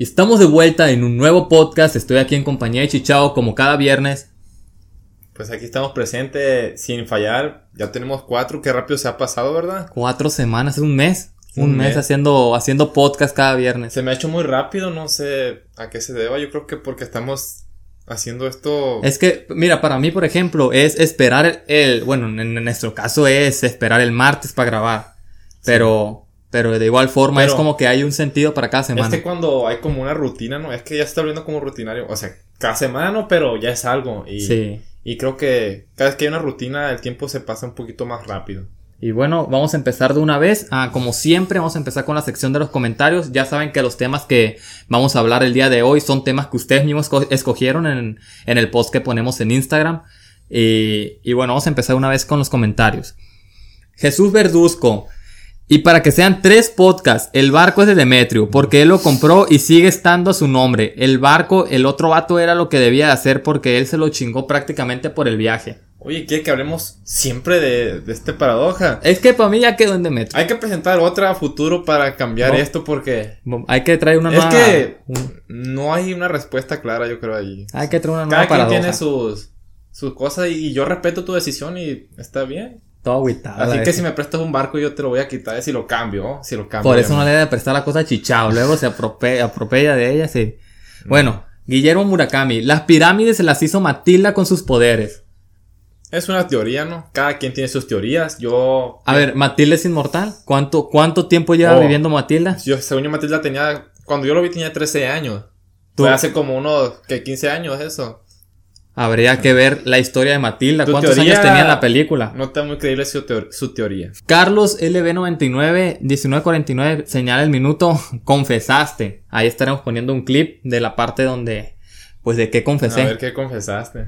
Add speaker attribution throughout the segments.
Speaker 1: Estamos de vuelta en un nuevo podcast. Estoy aquí en compañía de Chichao como cada viernes.
Speaker 2: Pues aquí estamos presentes sin fallar. Ya tenemos cuatro. Qué rápido se ha pasado, ¿verdad?
Speaker 1: Cuatro semanas, es un mes. Un,
Speaker 2: Un
Speaker 1: mes,
Speaker 2: mes.
Speaker 1: haciendo, haciendo podcast cada viernes.
Speaker 2: Se me ha hecho muy rápido. No sé a qué se deba. Yo creo que porque estamos haciendo esto.
Speaker 1: Es que, mira, para mí, por ejemplo, es esperar el, el- bueno, en, en nuestro caso es esperar el martes para grabar. Pero, pero de igual forma
Speaker 2: Pero-
Speaker 1: es como que hay un sentido para cada
Speaker 2: Es
Speaker 1: semana.
Speaker 2: que cuando hay como una rutina, ¿no? Es que ya se está volviendo como rutinario. O sea, cada semana, ¿no? Pero ya es algo. Y,
Speaker 1: Sí.
Speaker 2: y creo que cada vez que hay una rutina, el tiempo se pasa un poquito más rápido.
Speaker 1: Y bueno, vamos a empezar de una vez. Ah, como siempre, vamos a empezar con la sección de los comentarios. Ya saben que los temas que vamos a hablar el día de hoy son temas que ustedes mismos esco- escogieron en, en el post que ponemos en Instagram. Y, y bueno, vamos a empezar de una vez con los comentarios. Jesús Verduzco. Y para que sean tres podcasts, el barco es de Demetrio, porque él lo compró y sigue estando a su nombre. El barco, el otro vato era lo que debía de hacer porque él se lo chingó prácticamente por el viaje.
Speaker 2: Oye, ¿quiere que hablemos siempre de, de este paradoja?
Speaker 1: Es que para mí ya quedó en Demetrio.
Speaker 2: Hay que presentar otra a futuro para cambiar
Speaker 1: No.
Speaker 2: esto porque
Speaker 1: Bom- Hay que traer una
Speaker 2: Es
Speaker 1: nueva.
Speaker 2: que-
Speaker 1: un-
Speaker 2: no hay una respuesta clara, yo creo, ahí.
Speaker 1: hay que traer una
Speaker 2: Cada
Speaker 1: nueva
Speaker 2: quien
Speaker 1: paradoja.
Speaker 2: tiene sus, sus cosas y yo respeto tu decisión y está bien.
Speaker 1: Todo agüitado,
Speaker 2: Así
Speaker 1: la
Speaker 2: que
Speaker 1: vez.
Speaker 2: si me prestas un barco yo te lo voy a quitar si lo cambio, si lo cambio.
Speaker 1: Por eso no le debe prestar la cosa a Chichao. Luego se aprope- apropia de ella, sí.
Speaker 2: Mm.
Speaker 1: Bueno, Guillermo Murakami. Las pirámides se las hizo Matilda con sus poderes.
Speaker 2: Es una teoría, ¿no? Cada quien tiene sus teorías. Yo,
Speaker 1: A ver, ¿Matilda es inmortal? ¿Cuánto, cuánto tiempo lleva
Speaker 2: Oh.
Speaker 1: viviendo Matilda?
Speaker 2: yo según yo Matilda tenía, cuando yo lo vi tenía 13 años.
Speaker 1: Tú-
Speaker 2: Fue hace como unos, que 15 años eso.
Speaker 1: Habría que ver la historia de Matilda.
Speaker 2: Tu
Speaker 1: ¿Cuántos
Speaker 2: teoría-
Speaker 1: años tenía en la película?
Speaker 2: No está muy creíble su, teor- su teoría.
Speaker 1: Carlos LB99, 1949, señala el minuto, confesaste. Ahí estaremos poniendo un clip de la parte donde, pues de qué confesé.
Speaker 2: A ver qué confesaste.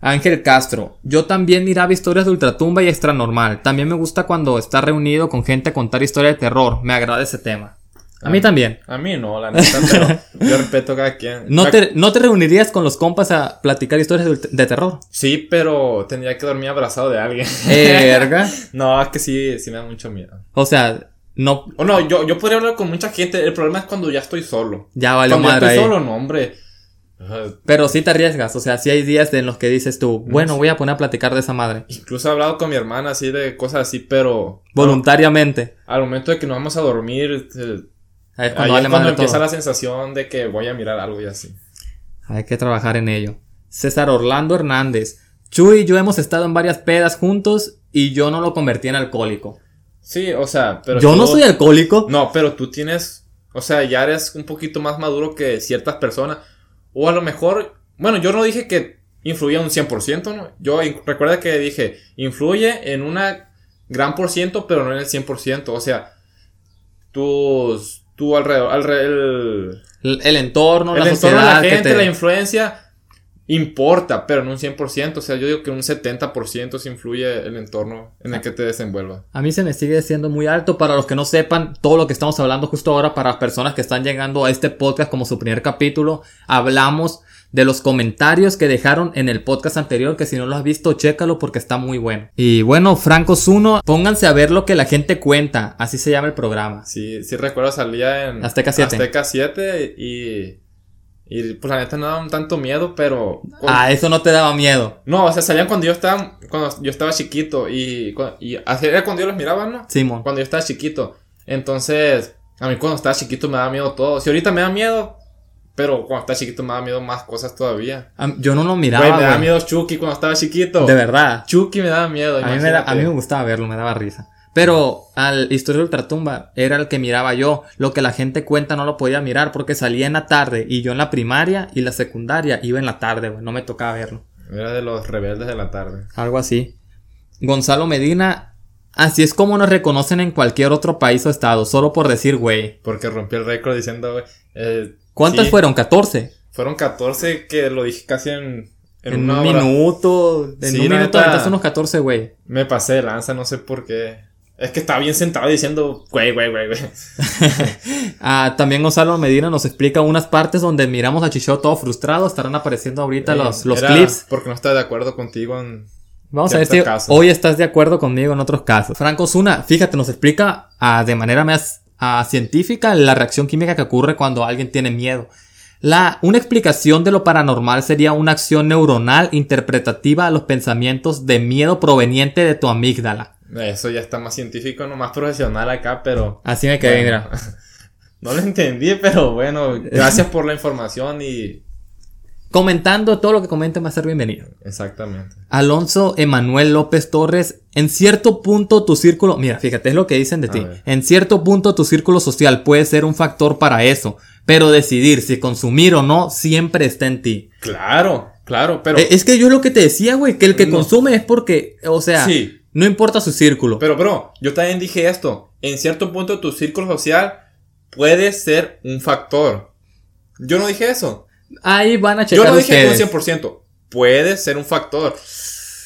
Speaker 1: Ángel Castro, yo también miraba historias de ultratumba y extranormal. También me gusta cuando está reunido con gente a contar historias de terror. Me agrada ese tema. A mí
Speaker 2: Ah.
Speaker 1: también.
Speaker 2: A mí no, la neta, pero yo respeto a cada quien. Ah,
Speaker 1: ¿No
Speaker 2: Cada-
Speaker 1: te, ¿No te reunirías con los compas a platicar historias de, ult- de terror?
Speaker 2: Sí, pero tendría que dormir abrazado de alguien.
Speaker 1: Verga.
Speaker 2: No, es que sí, sí me da mucho miedo.
Speaker 1: O sea, no,
Speaker 2: O no, yo, yo podría hablar con mucha gente. El problema es cuando ya estoy solo.
Speaker 1: ya vale
Speaker 2: cuando ya
Speaker 1: madre
Speaker 2: estoy
Speaker 1: ahí.
Speaker 2: solo, no, hombre. Ah,
Speaker 1: Pero sí te arriesgas. O sea, sí hay días en los que dices tú, bueno, voy a poner a platicar de esa madre.
Speaker 2: incluso he hablado con mi hermana así de cosas así, pero
Speaker 1: Voluntariamente.
Speaker 2: al momento de que nos vamos a dormir, eh,
Speaker 1: Ahí es
Speaker 2: ahí
Speaker 1: cuando vale
Speaker 2: es cuando
Speaker 1: madre todo.
Speaker 2: empieza la sensación de que voy a mirar algo y así.
Speaker 1: Hay que trabajar en ello. César Orlando Hernández. Chuy y yo hemos estado en varias pedas juntos y yo no lo convertí en alcohólico.
Speaker 2: Sí, o sea, pero.
Speaker 1: yo
Speaker 2: tú-
Speaker 1: no soy alcohólico.
Speaker 2: No, pero tú tienes, o sea, ya eres un poquito más maduro que ciertas personas. O a lo mejor, bueno, yo no dije que influía un 100%, ¿no? Yo in- recuerda que dije, influye en una gran por ciento, pero no en el 100%. O sea, tus, tu alrededor, alre- el,
Speaker 1: El, el entorno,
Speaker 2: el
Speaker 1: la
Speaker 2: entorno de
Speaker 1: sociedad.
Speaker 2: la
Speaker 1: que
Speaker 2: gente,
Speaker 1: te-
Speaker 2: la influencia importa, pero no un 100%. O sea, yo digo que un 70% se influye el entorno
Speaker 1: Ah.
Speaker 2: en el que te desenvuelvas.
Speaker 1: A mí se me sigue siendo muy alto. Para los que no sepan, todo lo que estamos hablando justo ahora, para las personas que están llegando a este podcast como su primer capítulo, hablamos de los comentarios que dejaron en el podcast anterior, que si no lo has visto, chécalo porque está muy bueno. Y bueno, Franco Zuno, pónganse a ver lo que la gente cuenta. Así se llama el programa.
Speaker 2: Sí, sí recuerdo, salía en
Speaker 1: Azteca 7.
Speaker 2: Azteca 7 y, y pues la neta no daban tanto miedo, pero...
Speaker 1: Ah, eso no te daba miedo.
Speaker 2: No, o sea, salían cuando yo estaba, cuando yo estaba chiquito y, cu- y así era cuando yo los miraba, ¿no?
Speaker 1: Simón.
Speaker 2: Cuando yo estaba chiquito. Entonces, a mí cuando estaba chiquito me daba miedo todo. Si ahorita me da miedo, pero cuando estaba chiquito me da miedo más cosas todavía.
Speaker 1: A- Yo no lo
Speaker 2: Güey,
Speaker 1: miraba,
Speaker 2: me daba
Speaker 1: güey.
Speaker 2: miedo Chucky cuando estaba chiquito.
Speaker 1: De verdad.
Speaker 2: Chucky me daba miedo,
Speaker 1: A mí, me da- a mí me
Speaker 2: imagínate.
Speaker 1: gustaba verlo, me daba risa. Pero al Historia de Ultratumba era el que miraba yo. Lo que la gente cuenta no lo podía mirar porque salía en la tarde y yo en la primaria y la secundaria iba en la tarde, güey. No me tocaba verlo.
Speaker 2: Era de los rebeldes de la tarde.
Speaker 1: Algo así. Gonzalo Medina. Así es como nos reconocen en cualquier otro país o estado, solo por decir, güey.
Speaker 2: Porque rompí el récord diciendo, güey, eh,
Speaker 1: ¿Cuántas
Speaker 2: sí.
Speaker 1: fueron? ¿14?
Speaker 2: Fueron 14 que lo dije casi en, en
Speaker 1: En, un
Speaker 2: una hora.
Speaker 1: minuto. En
Speaker 2: Sí,
Speaker 1: un
Speaker 2: la
Speaker 1: minuto
Speaker 2: neta.
Speaker 1: aventaste unos 14, güey.
Speaker 2: Me pasé de lanza, no sé por qué. Es que estaba bien sentado diciendo, güey, güey, güey, güey.
Speaker 1: Ah, también Gonzalo Medina nos explica unas partes donde miramos a Chicheo todo frustrado. Estarán apareciendo ahorita los, los
Speaker 2: Eh, Era
Speaker 1: clips.
Speaker 2: Porque no está de acuerdo contigo en.
Speaker 1: Vamos a
Speaker 2: ya
Speaker 1: ver
Speaker 2: está
Speaker 1: si
Speaker 2: caso.
Speaker 1: hoy estás de acuerdo conmigo en otros casos. Franco Zuna, fíjate, nos explica ah, de manera más ah, científica la reacción química que ocurre cuando alguien tiene miedo. La, una explicación de lo paranormal sería una acción neuronal interpretativa a los pensamientos de miedo proveniente de tu amígdala.
Speaker 2: Eso ya está más científico, no más profesional acá, pero
Speaker 1: Así me quedé,
Speaker 2: Bueno.
Speaker 1: mira.
Speaker 2: no lo entendí, pero bueno, gracias por la información y
Speaker 1: Comentando todo lo que comenten va a ser bienvenido.
Speaker 2: exactamente.
Speaker 1: Alonso Emanuel López Torres, en cierto punto tu círculo, mira, fíjate, es lo que dicen de
Speaker 2: A
Speaker 1: ti,
Speaker 2: ver.
Speaker 1: en cierto punto tu círculo social puede ser un factor para eso, pero decidir si consumir o no siempre está en ti.
Speaker 2: Claro, claro, pero
Speaker 1: Eh, es que yo lo que te decía, güey, que el que
Speaker 2: No.
Speaker 1: consume es porque, o sea,
Speaker 2: sí,
Speaker 1: no importa su círculo.
Speaker 2: pero bro, yo también dije esto, en cierto punto tu círculo social puede ser un factor. Yo no dije eso.
Speaker 1: Ahí van a
Speaker 2: Yo
Speaker 1: checar
Speaker 2: no dije que
Speaker 1: ustedes.
Speaker 2: un 100%, puede ser un factor.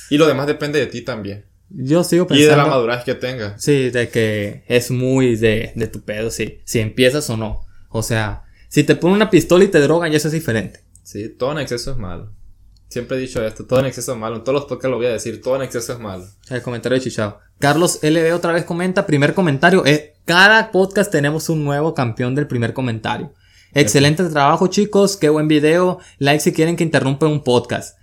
Speaker 2: Y lo demás depende de ti también
Speaker 1: Yo sigo
Speaker 2: y de la
Speaker 1: pensando.
Speaker 2: madurez que tengas.
Speaker 1: sí, de que es muy de, de tu pedo, sí. Si empiezas o no. O sea, si te ponen una pistola y te drogan, ya eso es diferente.
Speaker 2: Sí, todo en exceso es malo. Siempre he dicho esto, todo en exceso es malo. En todos los toques lo voy a decir, todo en exceso es malo.
Speaker 1: El comentario de Chichao. Carlos LB otra vez comenta, primer comentario. Es, cada podcast tenemos un nuevo campeón del primer comentario. Excelente trabajo, chicos. Qué buen video. Like si quieren que interrumpa un podcast.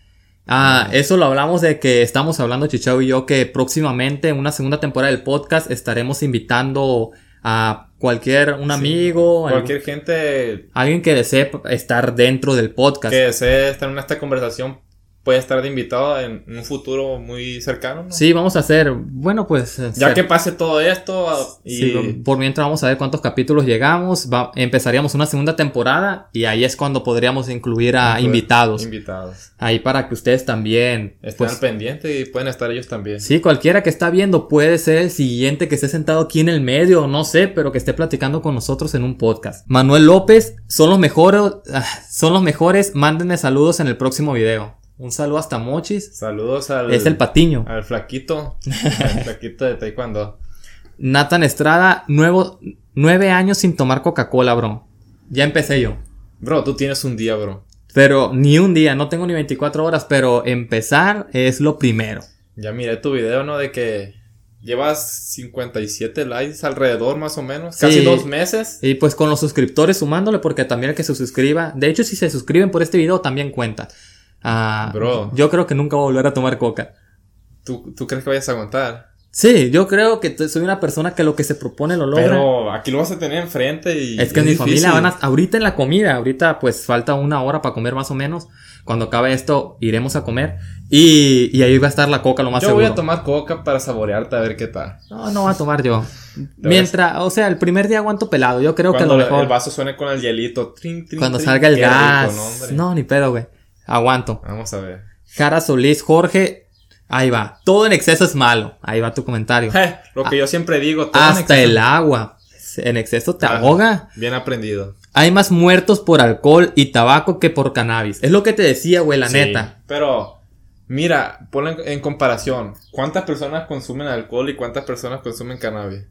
Speaker 1: Ah, eso lo hablamos de que estamos hablando Chichao y yo que próximamente en una segunda temporada del podcast estaremos invitando a cualquier un amigo, algún-
Speaker 2: Cualquier gente
Speaker 1: alguien que desee estar dentro del podcast.
Speaker 2: que desee estar en esta conversación puede estar de invitado en un futuro muy cercano. ¿no?
Speaker 1: Sí, vamos a hacer. Bueno, pues
Speaker 2: Ya
Speaker 1: ser-
Speaker 2: que pase todo esto a- y
Speaker 1: Sí, lo- por mientras vamos a ver cuántos capítulos llegamos. va- empezaríamos una segunda temporada y ahí es cuando podríamos incluir a
Speaker 2: Incluir-
Speaker 1: invitados.
Speaker 2: invitados.
Speaker 1: ahí para que ustedes también.
Speaker 2: Estén
Speaker 1: pues,
Speaker 2: al pendiente y pueden estar ellos también.
Speaker 1: sí, cualquiera que está viendo puede ser el siguiente que esté sentado aquí en el medio, no sé, pero que esté platicando con nosotros en un podcast. Manuel López, son los mejores, ah, son los mejores. Mándenme saludos en el próximo video. Un saludo hasta Mochis.
Speaker 2: Saludos Ah. al,
Speaker 1: Es el patiño.
Speaker 2: al flaquito, al flaquito de Taekwondo.
Speaker 1: Nathan Estrada, nuevo, nueve años sin tomar Coca-Cola, bro. Ya empecé yo.
Speaker 2: Bro, tú tienes un día, bro.
Speaker 1: Pero ni un día, no tengo ni 24 horas, pero empezar es lo primero.
Speaker 2: Ya miré tu video, ¿no? De que llevas 57 likes alrededor, más o menos.
Speaker 1: Sí.
Speaker 2: Casi dos meses.
Speaker 1: Y pues con los suscriptores sumándole, porque también el que se suscriba, de hecho si se suscriben por este video también cuenta. Ah,
Speaker 2: Bro.
Speaker 1: Yo creo que nunca voy a volver a tomar coca.
Speaker 2: ¿Tú, tú crees que vayas a aguantar?
Speaker 1: Sí, yo creo que t- soy una persona que lo que se propone lo logra.
Speaker 2: Pero aquí lo vas a tener enfrente y.
Speaker 1: es que en mi familia
Speaker 2: difícil.
Speaker 1: van a, ahorita en la comida, ahorita pues falta una hora para comer más o menos. Cuando acabe esto iremos a comer y, y ahí va a estar la coca lo más
Speaker 2: Yo
Speaker 1: seguro.
Speaker 2: voy a tomar coca para saborearte a ver qué tal.
Speaker 1: No, no va a tomar yo. Mientras, o sea, el primer día aguanto pelado. Yo creo
Speaker 2: Cuando
Speaker 1: que
Speaker 2: el-
Speaker 1: lo mejor.
Speaker 2: el vaso suene con el hielito. trin, trin,
Speaker 1: cuando
Speaker 2: trin,
Speaker 1: salga el
Speaker 2: qué rico,
Speaker 1: gas.
Speaker 2: no, hombre.
Speaker 1: no, ni pedo, güey. Aguanto.
Speaker 2: Vamos a ver.
Speaker 1: Jara Solís, Jorge. Ahí va. Todo en exceso es malo. Ahí va tu comentario.
Speaker 2: Je, Eh, lo que yo siempre digo. todo en
Speaker 1: Ah. Hasta
Speaker 2: exceso.
Speaker 1: el agua. En exceso te
Speaker 2: Ah.
Speaker 1: ahoga.
Speaker 2: Bien aprendido.
Speaker 1: Hay más muertos por alcohol y tabaco que por cannabis. Es lo que te decía, güey, la
Speaker 2: Sí,
Speaker 1: neta.
Speaker 2: Pero, mira, ponlo en, en comparación. ¿Cuántas personas consumen alcohol y cuántas personas consumen cannabis?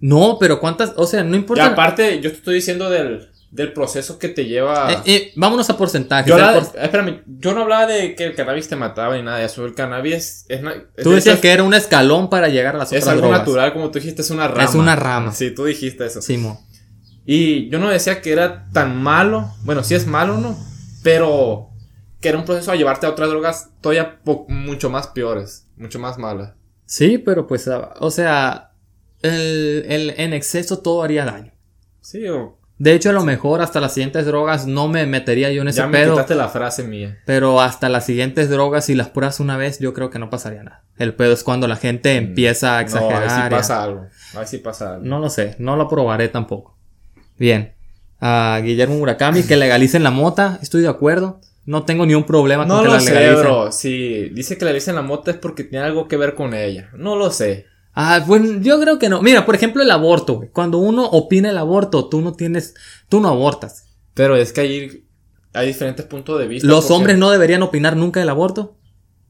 Speaker 1: No, pero cuántas. O sea, no
Speaker 2: Y
Speaker 1: importa.
Speaker 2: aparte, yo te estoy diciendo del, del proceso que te lleva.
Speaker 1: Eh, eh, vámonos a porcentajes.
Speaker 2: yo,
Speaker 1: El
Speaker 2: hablaba- eh,
Speaker 1: por-
Speaker 2: espérame, yo no hablaba de que el cannabis te mataba ni nada de eso. El cannabis es, na- es-
Speaker 1: Tú
Speaker 2: de
Speaker 1: decías
Speaker 2: hecho,
Speaker 1: que era un escalón para llegar a las
Speaker 2: es
Speaker 1: otras
Speaker 2: algo
Speaker 1: drogas.
Speaker 2: natural, como tú dijiste, es una rama.
Speaker 1: Es una rama.
Speaker 2: Sí, tú dijiste eso.
Speaker 1: Simón.
Speaker 2: Y yo no decía que era tan malo. Bueno, sí es malo, ¿no? Pero que era un proceso a llevarte a otras drogas todavía po- mucho más peores, mucho más malas.
Speaker 1: Sí, pero pues, ah, o sea, el, el- en exceso todo haría daño.
Speaker 2: Sí, o-
Speaker 1: De hecho, a lo mejor hasta las siguientes drogas no me metería yo en ese
Speaker 2: ya me
Speaker 1: pedo.
Speaker 2: quitaste la frase mía.
Speaker 1: Pero hasta las siguientes drogas, si las pruebas una vez, yo creo que no pasaría nada. El pedo es cuando la gente empieza a
Speaker 2: Mm, No, a
Speaker 1: exagerar.
Speaker 2: ver
Speaker 1: y a-
Speaker 2: si pasa algo. A ver si pasa algo.
Speaker 1: No lo sé, no lo probaré tampoco. Bien. A Guillermo Murakami, que legalicen la mota, estoy de acuerdo. No tengo ni un problema
Speaker 2: No
Speaker 1: con que
Speaker 2: lo
Speaker 1: la
Speaker 2: sé,
Speaker 1: legalicen.
Speaker 2: bro. Si dice que le dicen la mota es porque tiene algo que ver con ella. No lo sé.
Speaker 1: Ah, pues yo creo que no. Mira, por ejemplo, el aborto. güey. Cuando uno opina el aborto, tú no tienes, tú no abortas.
Speaker 2: Pero es que hay, hay diferentes puntos de vista.
Speaker 1: Los
Speaker 2: porque-
Speaker 1: hombres no deberían opinar nunca del aborto.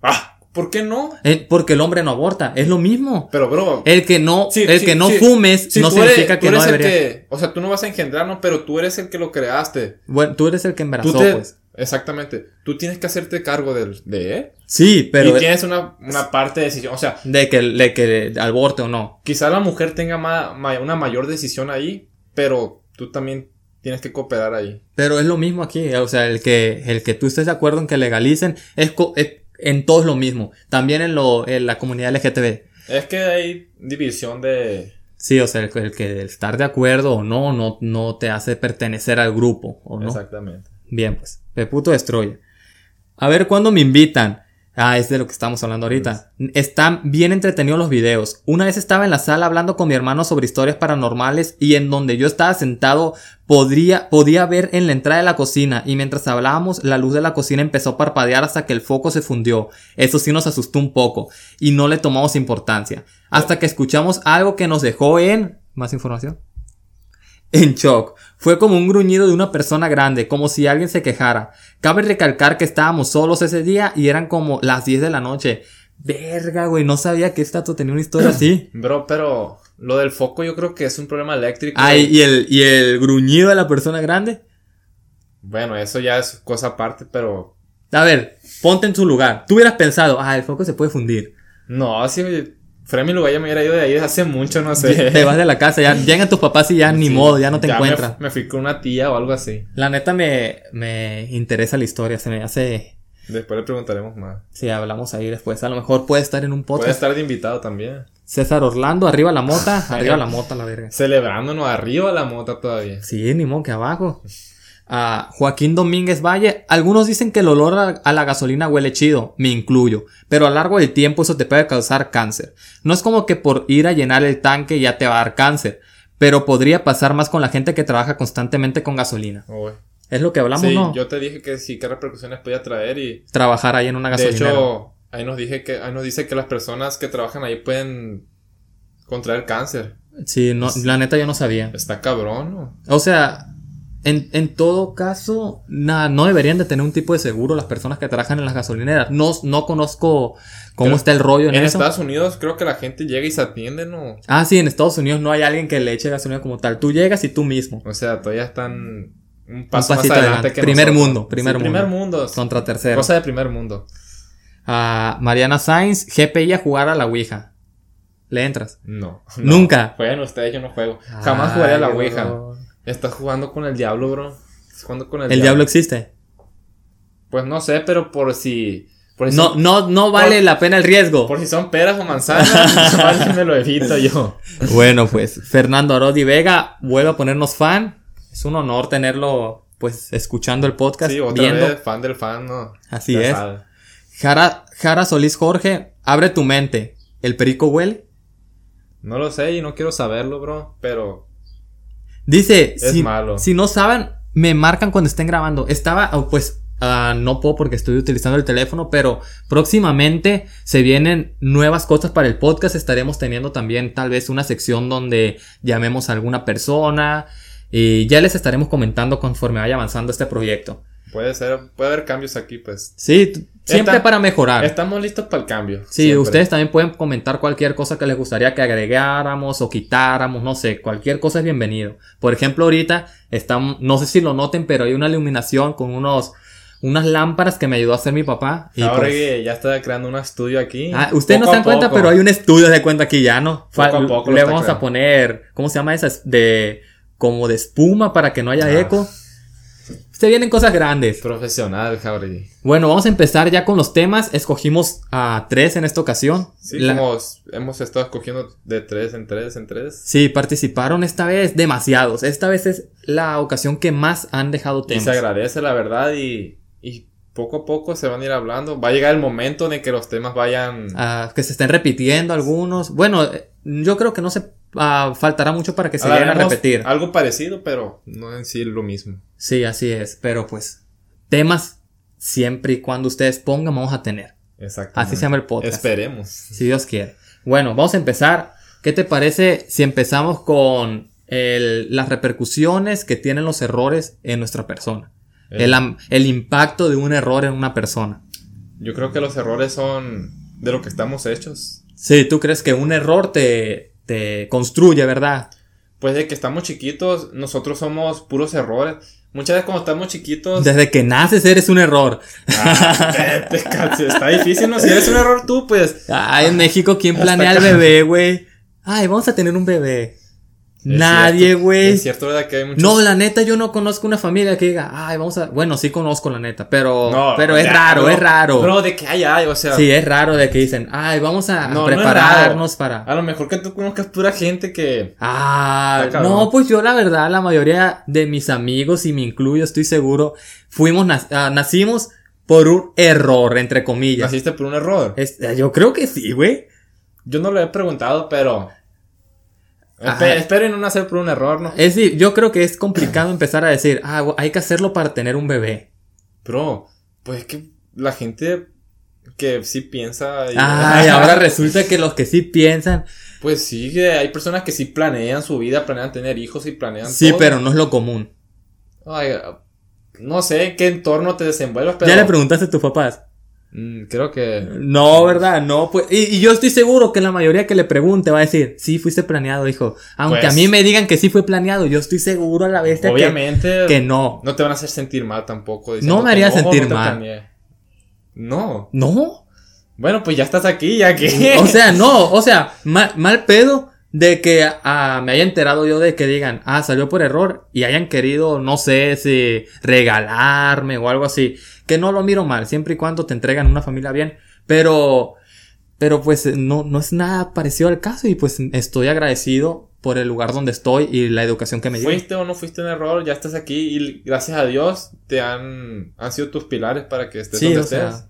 Speaker 2: Ah, ¿por qué no?
Speaker 1: Eh, porque el hombre no aborta. Es lo mismo.
Speaker 2: Pero, bro.
Speaker 1: El que no,
Speaker 2: Sí,
Speaker 1: el
Speaker 2: sí,
Speaker 1: que no
Speaker 2: sí.
Speaker 1: fumes
Speaker 2: si
Speaker 1: Eh, no
Speaker 2: tú eres-
Speaker 1: significa
Speaker 2: tú
Speaker 1: que no
Speaker 2: eres el
Speaker 1: deberías.
Speaker 2: que- o sea, tú no vas a engendrarnos, pero tú eres el que lo creaste.
Speaker 1: Bueno, tú eres el que embarazó,
Speaker 2: tú te,
Speaker 1: pues.
Speaker 2: Exactamente. Tú tienes que hacerte cargo del, de él.
Speaker 1: Sí, pero
Speaker 2: y tienes una, una parte de decisión. O sea,
Speaker 1: de que, de que aborte o no.
Speaker 2: quizá la mujer tenga ma- ma- una mayor decisión ahí, pero tú también tienes que cooperar ahí.
Speaker 1: Pero es lo mismo aquí, o sea, el que, el que tú estés de acuerdo en que legalicen es, co- es- en todo es lo mismo. También en, lo, en la comunidad LGTB.
Speaker 2: Es que hay división de...
Speaker 1: Sí, o sea, el, el que el estar de acuerdo o no, no, no te hace pertenecer al grupo, ¿o no?
Speaker 2: Exactamente.
Speaker 1: Bien, pues. Peputo Destroyer. A ver cuándo me invitan. Ah, es de lo que estamos hablando ahorita. Están bien entretenidos los videos. Una vez estaba en la sala hablando con mi hermano sobre historias paranormales y en donde yo estaba sentado podría, podía ver en la entrada de la cocina y mientras hablábamos la luz de la cocina empezó a parpadear hasta que el foco se fundió. Eso sí nos asustó un poco y no le tomamos importancia. Hasta que escuchamos algo que nos dejó en... ¿Más información? En shock. Fue como un gruñido de una persona grande, como si alguien se quejara. Cabe recalcar que estábamos solos ese día y eran como las 10 de la noche. Verga, güey, no sabía que esta tenía una historia así.
Speaker 2: Bro, pero lo del foco yo creo que es un problema eléctrico.
Speaker 1: Ay, y el, y el gruñido de la persona grande.
Speaker 2: Bueno, eso ya es cosa aparte, pero...
Speaker 1: A ver, ponte en su lugar. Tú hubieras pensado, ah, el foco se puede fundir.
Speaker 2: No, si fuera mi lugar ya me hubiera ido de ahí desde hace mucho, no
Speaker 1: Te
Speaker 2: sé.
Speaker 1: vas de la casa, ya llegan tus papás y ya ni
Speaker 2: Sí,
Speaker 1: modo, ya no te
Speaker 2: me-
Speaker 1: encuentran.
Speaker 2: Me, fui con una tía o algo así.
Speaker 1: La neta me, me interesa la historia, se me hace...
Speaker 2: Después le preguntaremos más.
Speaker 1: Si hablamos ahí después, a lo mejor puede estar en un
Speaker 2: Puede
Speaker 1: podcast.
Speaker 2: estar de invitado también.
Speaker 1: César Orlando, arriba la mota, arriba la mota, la verga.
Speaker 2: Celebrándonos arriba la mota todavía.
Speaker 1: Sí, ni modo que abajo. A Joaquín Domínguez Valle, algunos dicen que el olor a, a la gasolina huele chido, me incluyo, pero a lo largo del tiempo eso te puede causar cáncer. No es como que por ir a llenar el tanque ya te va a dar cáncer, pero podría pasar más con la gente que trabaja constantemente con gasolina.
Speaker 2: Oh, güey.
Speaker 1: Es lo que hablamos,
Speaker 2: Sí,
Speaker 1: ¿no?
Speaker 2: yo te dije que sí, qué repercusiones podía traer y
Speaker 1: Trabajar ahí en una
Speaker 2: de
Speaker 1: gasolinera.
Speaker 2: hecho ahí nos dije que ahí nos dice que las personas que trabajan ahí pueden contraer cáncer.
Speaker 1: sí, no, la neta yo no sabía.
Speaker 2: Está cabrón, ¿no?
Speaker 1: O sea, en, en todo caso, na- no deberían de tener un tipo de seguro las personas que trabajan en las gasolineras. No, no conozco cómo
Speaker 2: Creo-
Speaker 1: está el rollo en,
Speaker 2: En
Speaker 1: eso.
Speaker 2: Estados Unidos creo que la gente llega y se atiende, ¿no?
Speaker 1: Ah, sí, en Estados Unidos no hay alguien que le eche gasolina como tal. Tú llegas y tú mismo.
Speaker 2: O sea, todavía están un paso más
Speaker 1: pasito
Speaker 2: adelante,
Speaker 1: adelante.
Speaker 2: que
Speaker 1: Primer
Speaker 2: nosotros.
Speaker 1: mundo, primer mundo.
Speaker 2: Primer mundo.
Speaker 1: Contra terceros.
Speaker 2: Cosa de primer mundo.
Speaker 1: Ah, Mariana Sainz, GPI a jugar a la Ouija. Le entras.
Speaker 2: No.
Speaker 1: Nunca. Ah,
Speaker 2: Juegan ustedes, yo no juego. Jamás jugaría a la
Speaker 1: Ay,
Speaker 2: Ouija.
Speaker 1: bro.
Speaker 2: Estás jugando con el diablo, bro. Estás jugando con el,
Speaker 1: El diablo existe.
Speaker 2: Pues no sé, pero por si. Por si
Speaker 1: No, no, no vale
Speaker 2: Por-
Speaker 1: la pena el riesgo.
Speaker 2: Por si son peras o manzanas, más me lo evito yo.
Speaker 1: Bueno, pues Fernando Arodi Vega vuelve a ponernos fan. Es un honor tenerlo, pues, escuchando el podcast,
Speaker 2: Sí, otra
Speaker 1: viendo.
Speaker 2: vez, fan del fan, ¿no?
Speaker 1: Así
Speaker 2: Ya
Speaker 1: es.
Speaker 2: sabe.
Speaker 1: Jara, Jara Solís Jorge, abre tu mente. ¿El perico huele?
Speaker 2: No lo sé y no quiero saberlo, bro, pero
Speaker 1: Dice,
Speaker 2: Es
Speaker 1: si,
Speaker 2: malo.
Speaker 1: si no saben, me marcan cuando estén grabando. Estaba, oh, pues, ah, no puedo porque estoy utilizando el teléfono, pero próximamente se vienen nuevas cosas para el podcast. Estaremos teniendo también tal vez una sección donde llamemos a alguna persona y ya les estaremos comentando conforme vaya avanzando este proyecto.
Speaker 2: puede ser, puede haber cambios aquí, pues.
Speaker 1: Sí, t- siempre
Speaker 2: Esta-
Speaker 1: para mejorar.
Speaker 2: Estamos listos para el cambio.
Speaker 1: Ah. Sí,
Speaker 2: siempre.
Speaker 1: ustedes también pueden comentar cualquier cosa que les gustaría que agregáramos o quitáramos, no sé, cualquier cosa es bienvenido. Por ejemplo, ahorita estamos, no sé si lo noten, pero hay una iluminación con unos, unas lámparas que me ayudó a hacer mi papá. Y
Speaker 2: Ahora
Speaker 1: pues-
Speaker 2: que ya está creando un estudio aquí.
Speaker 1: Ah, ustedes no
Speaker 2: poco
Speaker 1: se dan
Speaker 2: a
Speaker 1: cuenta,
Speaker 2: poco.
Speaker 1: pero hay un estudio de cuenta aquí ya, ¿no?
Speaker 2: Poco a
Speaker 1: Fal-
Speaker 2: poco lo
Speaker 1: le
Speaker 2: está
Speaker 1: vamos a
Speaker 2: creando.
Speaker 1: poner, ¿cómo se llama esas? De, como de espuma para que no haya
Speaker 2: Ah.
Speaker 1: eco. Se vienen cosas grandes.
Speaker 2: Profesional, Jauregui.
Speaker 1: Bueno, vamos a empezar ya con los temas. Escogimos a tres en esta ocasión.
Speaker 2: Sí,
Speaker 1: La-
Speaker 2: como s- hemos estado escogiendo de tres en tres en tres.
Speaker 1: Sí, participaron esta vez demasiados. Esta vez es la ocasión que más han dejado
Speaker 2: Y
Speaker 1: temas.
Speaker 2: se agradece, la verdad, y, y poco a poco se van a ir hablando. Va a llegar el momento de que los temas vayan...
Speaker 1: Ah, que se estén repitiendo algunos. Bueno, eh, yo creo que no se ah, faltará mucho para que se lleguen a
Speaker 2: Hablaremos
Speaker 1: repetir.
Speaker 2: Algo parecido, pero no en sí lo mismo.
Speaker 1: Sí, así es. Pero pues, temas siempre y cuando ustedes pongan vamos a tener.
Speaker 2: Exactamente.
Speaker 1: Así se llama el podcast.
Speaker 2: Esperemos.
Speaker 1: Si Dios quiere. Bueno, vamos a empezar. ¿Qué te parece si empezamos con el- las repercusiones que tienen los errores en nuestra persona?
Speaker 2: Eh,
Speaker 1: El am- el impacto de un error en una persona.
Speaker 2: Yo creo que los errores son de lo que estamos hechos.
Speaker 1: Sí, tú crees que un error te, te construye, ¿verdad?
Speaker 2: Pues de que estamos chiquitos, nosotros somos puros errores. Muchas veces cuando estamos chiquitos.
Speaker 1: Desde que naces eres un error.
Speaker 2: Ah, te- te cansas, está difícil, ¿no? Si eres un error tú, pues.
Speaker 1: Ay, en México, ¿quién
Speaker 2: Hasta
Speaker 1: planea el
Speaker 2: acá.
Speaker 1: bebé, güey? Ay, vamos a tener un bebé. Nadie,
Speaker 2: cierto,
Speaker 1: güey.
Speaker 2: Es cierto, ¿verdad? Que hay muchos.
Speaker 1: No, la neta, yo no conozco una familia que diga, ay, vamos a. Bueno, sí conozco la neta, pero.
Speaker 2: No,
Speaker 1: pero es
Speaker 2: ya,
Speaker 1: raro,
Speaker 2: bro.
Speaker 1: es raro.
Speaker 2: Bro, de que hay, hay, o sea.
Speaker 1: sí, es raro de que dicen, ay, vamos a
Speaker 2: No, no es
Speaker 1: prepararnos para.
Speaker 2: A lo mejor que tú conozcas pura gente que.
Speaker 1: Ah,
Speaker 2: Está cabrón.
Speaker 1: no, pues yo la verdad, la mayoría de mis amigos, y me incluyo, estoy seguro, fuimos, nac- ah, nacimos por un error, entre comillas.
Speaker 2: Naciste por un error.
Speaker 1: Es- eh, yo creo que sí, güey.
Speaker 2: Yo no lo he preguntado, pero.
Speaker 1: Ajá.
Speaker 2: Espe- espero y no nacer por un error, ¿no?
Speaker 1: Es decir, yo creo que es complicado empezar a decir, ah, gu- hay que hacerlo para tener un bebé.
Speaker 2: Bro, pues es que la gente que sí piensa. y-
Speaker 1: Ay, Ah, ahora resulta que los que sí piensan,
Speaker 2: Pues sí, que hay personas que sí planean su vida, planean tener hijos y planean.
Speaker 1: sí,
Speaker 2: todo.
Speaker 1: pero no es lo común.
Speaker 2: Ay, no sé en qué entorno te desenvuelvas, pero.
Speaker 1: Ya le preguntaste a tus papás.
Speaker 2: Mm, creo que.
Speaker 1: No, ¿verdad? No, pues. Y, y yo estoy seguro que la mayoría que le pregunte va a decir, sí, fuiste planeado, hijo. Aunque
Speaker 2: Pues-
Speaker 1: a mí me digan que sí fue planeado, yo estoy seguro a la bestia Este que-
Speaker 2: Obviamente.
Speaker 1: que, no.
Speaker 2: No te van a hacer sentir mal tampoco.
Speaker 1: No me haría
Speaker 2: diciéndote,
Speaker 1: sentir
Speaker 2: te
Speaker 1: mal".
Speaker 2: planeé". No.
Speaker 1: No.
Speaker 2: Bueno, pues ya estás aquí, ya que.
Speaker 1: O sea, no, o sea, mal, mal pedo de que ah, me haya enterado yo de que digan, ah, salió por error y hayan querido, no sé, si regalarme o algo así. Que no lo miro mal, siempre y cuando te entregan una familia bien. Pero, pero pues no, no es nada parecido al caso y pues estoy agradecido por el lugar donde estoy y la educación que me dieron.
Speaker 2: Fuiste o no fuiste un error, ya estás aquí y gracias a Dios te han, han sido tus pilares para que estés
Speaker 1: Sí,
Speaker 2: donde
Speaker 1: o sea,
Speaker 2: estés.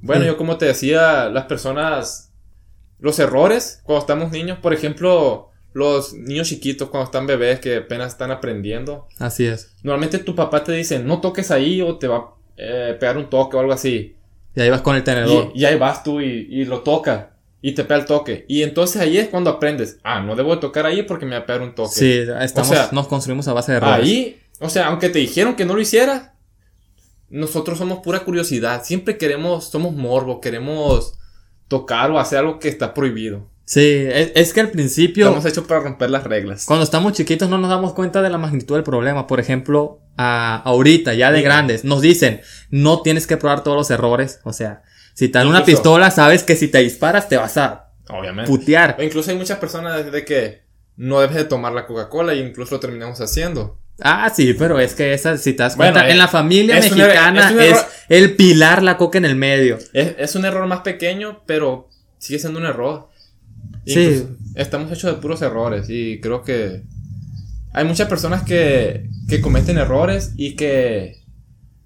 Speaker 2: Bueno,
Speaker 1: sí.
Speaker 2: yo como te decía, las personas, los errores cuando estamos niños, por ejemplo, los niños chiquitos cuando están bebés que apenas están aprendiendo,
Speaker 1: Así es.
Speaker 2: normalmente tu papá te dice no toques ahí o te va a eh, pegar un toque o algo así.
Speaker 1: Y ahí vas con el tenedor.
Speaker 2: Y, y ahí vas tú y, y lo tocas y te pega el toque. Y entonces ahí es cuando aprendes, ah, no debo de tocar ahí porque me va a pegar un toque.
Speaker 1: Sí, estamos,
Speaker 2: O sea,
Speaker 1: nos construimos a base de errores.
Speaker 2: Ahí, o sea, aunque te dijeron que no lo hicieras, nosotros somos pura curiosidad. Siempre queremos, somos morbo, queremos tocar o hacer algo que está prohibido.
Speaker 1: Sí, es, es que al principio.
Speaker 2: Estamos hechos para romper las reglas.
Speaker 1: Cuando estamos chiquitos no nos damos cuenta de la magnitud del problema. Por ejemplo, a- ahorita, ya de
Speaker 2: Sí.
Speaker 1: grandes, nos dicen, no tienes que probar todos los errores. O sea, si te dan una
Speaker 2: Incluso-
Speaker 1: pistola, sabes que si te disparas te vas a
Speaker 2: Obviamente.
Speaker 1: putear.
Speaker 2: O incluso hay muchas personas de que no debes de tomar la Coca-Cola y incluso lo terminamos haciendo.
Speaker 1: Ah, sí, pero es que esa, si te das
Speaker 2: Bueno,
Speaker 1: cuenta,
Speaker 2: eh,
Speaker 1: en la familia
Speaker 2: es un er-
Speaker 1: mexicana
Speaker 2: es un
Speaker 1: es,
Speaker 2: error-
Speaker 1: el pilar la coca en el medio.
Speaker 2: Es, es un error más pequeño, pero sigue siendo un error.
Speaker 1: Sí.
Speaker 2: Incluso Estamos hechos de puros errores y creo que hay muchas personas que, que cometen errores y que,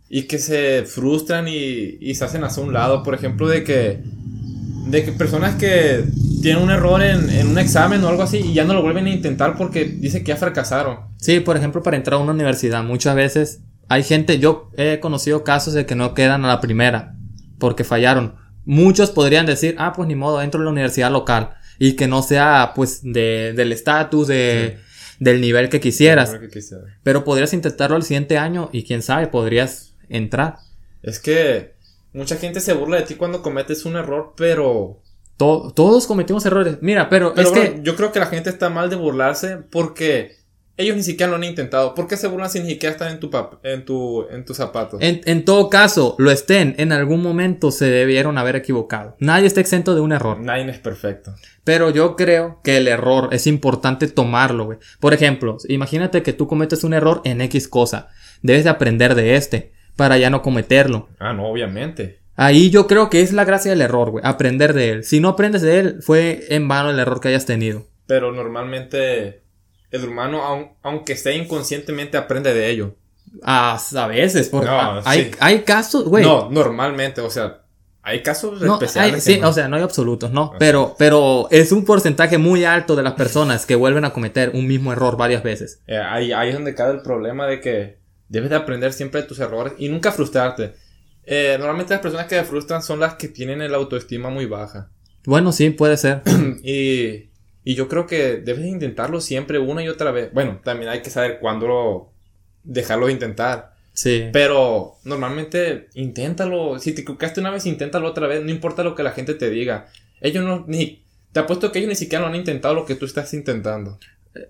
Speaker 2: y que se frustran y, y se hacen hacia un lado. Por ejemplo, de que, de que personas que tienen un error en, en un examen o algo así y ya no lo vuelven a intentar porque dicen que ya fracasaron.
Speaker 1: Sí, por ejemplo, para entrar a una universidad, muchas veces hay gente, yo he conocido casos de que no quedan a la primera porque fallaron. Muchos podrían decir, ah, pues ni modo, entro a la universidad local y que no sea pues de- del estatus, de, del nivel que quisieras.
Speaker 2: Creo que quisiera.
Speaker 1: Pero podrías intentarlo el siguiente año y quién sabe, podrías entrar.
Speaker 2: Es que mucha gente se burla de ti cuando cometes un error, pero
Speaker 1: To- todos cometimos errores. Mira, pero,
Speaker 2: Pero
Speaker 1: es
Speaker 2: bro,
Speaker 1: que...
Speaker 2: yo creo que la gente está mal de burlarse porque ellos ni siquiera lo han intentado. ¿Por qué se burlan si ni siquiera están en tu pap- en tu en tus zapatos?
Speaker 1: En, en todo caso, lo estén, en algún momento se debieron haber equivocado. Nadie está exento de un error.
Speaker 2: Nine es perfecto.
Speaker 1: Pero yo creo que el error es importante tomarlo, güey. Por ejemplo, imagínate que tú cometes un error en X cosa. Debes de aprender de este para ya no cometerlo.
Speaker 2: Ah, no, obviamente.
Speaker 1: Ahí yo creo que es la gracia del error, güey. Aprender de él. Si no aprendes de él, fue en vano el error que hayas tenido.
Speaker 2: Pero normalmente el humano, aun- aunque esté inconscientemente, aprende de ello.
Speaker 1: Ah, a veces, porque
Speaker 2: No,
Speaker 1: ah, hay,
Speaker 2: sí.
Speaker 1: hay casos, güey.
Speaker 2: No, normalmente, o sea, hay casos
Speaker 1: No,
Speaker 2: especiales.
Speaker 1: hay-
Speaker 2: que
Speaker 1: sí,
Speaker 2: no.
Speaker 1: o sea, no hay absolutos, ¿no? Pero, pero es un porcentaje muy alto de las personas que vuelven a cometer un mismo error varias veces.
Speaker 2: Eh, ahí, ahí es donde cae el problema de que debes de aprender siempre de tus errores y nunca frustrarte. Eh, normalmente las personas que se frustran son las que tienen el autoestima muy baja.
Speaker 1: Bueno, sí, puede ser.
Speaker 2: Y, y yo creo que debes de intentarlo siempre una y otra vez. Bueno, también hay que saber cuándo lo- dejarlo de intentar.
Speaker 1: Sí.
Speaker 2: Pero normalmente inténtalo. Si te equivocaste una vez, inténtalo otra vez. No importa lo que la gente te diga. Ellos no... Ni, te apuesto que ellos ni siquiera lo han intentado lo que tú estás intentando.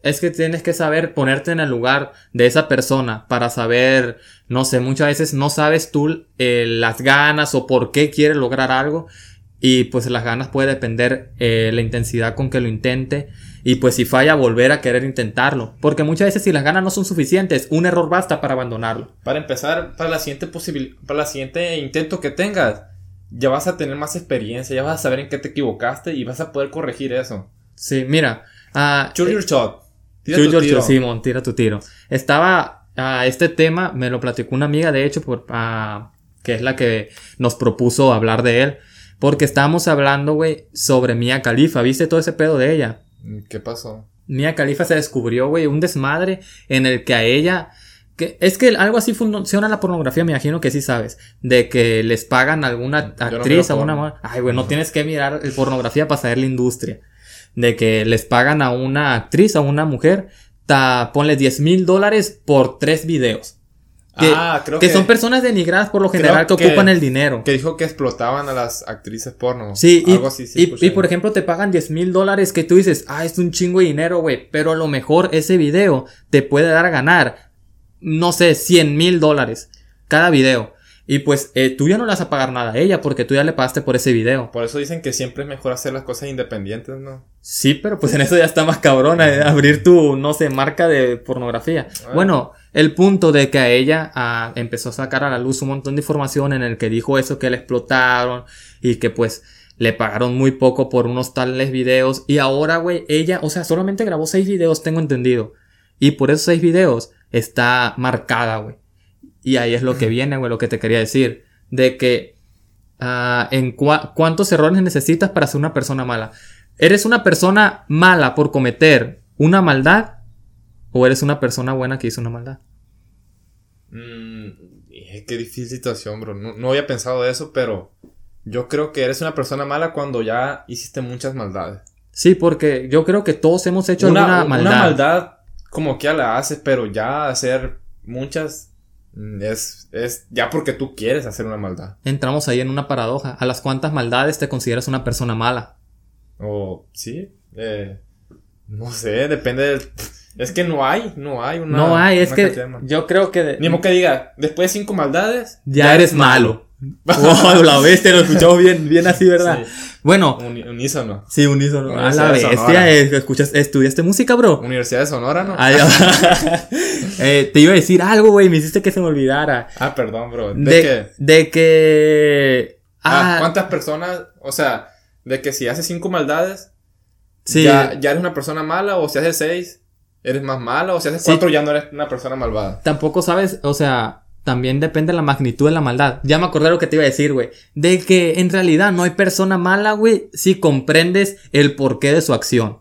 Speaker 1: es que tienes que saber ponerte en el lugar de esa persona para saber, no sé, muchas veces no sabes tú eh, las ganas o por qué quiere lograr algo y pues las ganas puede depender eh, la intensidad con que lo intente y pues si falla volver a querer intentarlo, porque muchas veces si las ganas no son suficientes, un error basta para abandonarlo.
Speaker 2: Para empezar, para la siguiente posibil- para la siguiente intento que tengas, ya vas a tener más experiencia, ya vas a saber en qué te equivocaste y vas a poder corregir eso.
Speaker 1: Sí, mira, ah,
Speaker 2: Shoot your shot. Tira
Speaker 1: Shoot
Speaker 2: tu
Speaker 1: your
Speaker 2: tiro.
Speaker 1: shot, Simón, tira tu tiro. Estaba a este tema, me lo platicó una amiga, de hecho, por, ah, que es la que nos propuso hablar de él. Porque estábamos hablando, güey, sobre Mia Khalifa. ¿Viste todo ese pedo de ella?
Speaker 2: Mm, ¿Qué pasó?
Speaker 1: Mia Khalifa se descubrió, güey, un desmadre en el que a ella. Que, es que algo así funciona la pornografía, me imagino que sí sabes. De que les pagan a alguna
Speaker 2: Yo no
Speaker 1: actriz,
Speaker 2: miro
Speaker 1: a una.
Speaker 2: porno.
Speaker 1: mo- Ay, güey, no tienes que mirar el pornografía para saber la industria. De que les pagan a una actriz, a una mujer, ta- ponle 10 mil dólares por tres videos. Que-
Speaker 2: ah, creo
Speaker 1: que,
Speaker 2: que,
Speaker 1: son personas denigradas por lo
Speaker 2: creo
Speaker 1: general que,
Speaker 2: que-
Speaker 1: ocupan el dinero.
Speaker 2: que dijo que explotaban a las actrices porno.
Speaker 1: Sí, y,
Speaker 2: Algo así, sí
Speaker 1: y-
Speaker 2: escuché.
Speaker 1: y, por ejemplo te pagan 10 mil dólares que tú dices, ah, es un chingo de dinero, güey, pero a lo mejor ese video te puede dar a ganar, no sé, 100 mil dólares cada video. Y pues eh, tú ya no le vas a pagar nada a ella porque tú ya le pagaste por ese video.
Speaker 2: Por eso dicen que siempre es mejor hacer las cosas independientes, ¿no?
Speaker 1: Sí, pero pues en eso ya está más cabrona eh, abrir tu, no sé, marca de pornografía.
Speaker 2: Ah.
Speaker 1: Bueno, el punto de que a ella ah, empezó a sacar a la luz un montón de información en el que dijo eso que le explotaron y que pues le pagaron muy poco por unos tales videos y ahora, güey, ella, o sea, solamente grabó seis videos, tengo entendido. Y por esos seis videos está marcada, güey. Y ahí es lo que viene, güey, lo que te quería decir. De que, ah, en cua- ¿cuántos errores necesitas para ser una persona mala? ¿Eres una persona mala por cometer una maldad? ¿O eres una persona buena que hizo una maldad?
Speaker 2: Mm, eh, qué difícil situación, bro. No, no había pensado eso, pero yo creo que eres una persona mala cuando ya hiciste muchas maldades.
Speaker 1: Sí, porque yo creo que todos hemos hecho alguna maldad.
Speaker 2: maldad como que ya la haces, pero ya hacer muchas mm, es, es ya porque tú quieres hacer una maldad.
Speaker 1: Entramos ahí en una paradoja. ¿A las cuántas maldades te consideras una persona mala?
Speaker 2: O sí, eh, no sé, depende del... Es que no hay, no hay una...
Speaker 1: no hay, es
Speaker 2: una
Speaker 1: que
Speaker 2: cantidad de mal-
Speaker 1: yo creo que... de-
Speaker 2: Ni modo que diga, después de cinco maldades...
Speaker 1: ya, eres malo. wow, la bestia, lo escuchamos bien, bien así, ¿verdad?
Speaker 2: Sí,
Speaker 1: Bueno,
Speaker 2: uni- unísono.
Speaker 1: sí, unísono. A la
Speaker 2: Universidad de Sonora.
Speaker 1: bestia, eh, escuchas, ¿estudiaste música, bro?
Speaker 2: Universidad de Sonora, ¿no?
Speaker 1: Ay, eh, te iba a decir algo, güey, me hiciste que se me olvidara.
Speaker 2: Ah, perdón, bro. ¿De,
Speaker 1: De,
Speaker 2: qué?
Speaker 1: de que... Ah,
Speaker 2: Ah, ¿cuántas personas? O sea, de que si haces cinco maldades,
Speaker 1: sí.
Speaker 2: ya, ya eres una persona mala, o si haces seis, eres más mala, o si haces
Speaker 1: Sí.
Speaker 2: cuatro, ya no eres una persona malvada.
Speaker 1: Tampoco sabes, o sea, también depende de la magnitud de la maldad. Ya me acordé lo que te iba a decir, güey. De que en realidad no hay persona mala, güey, si comprendes el porqué de su acción.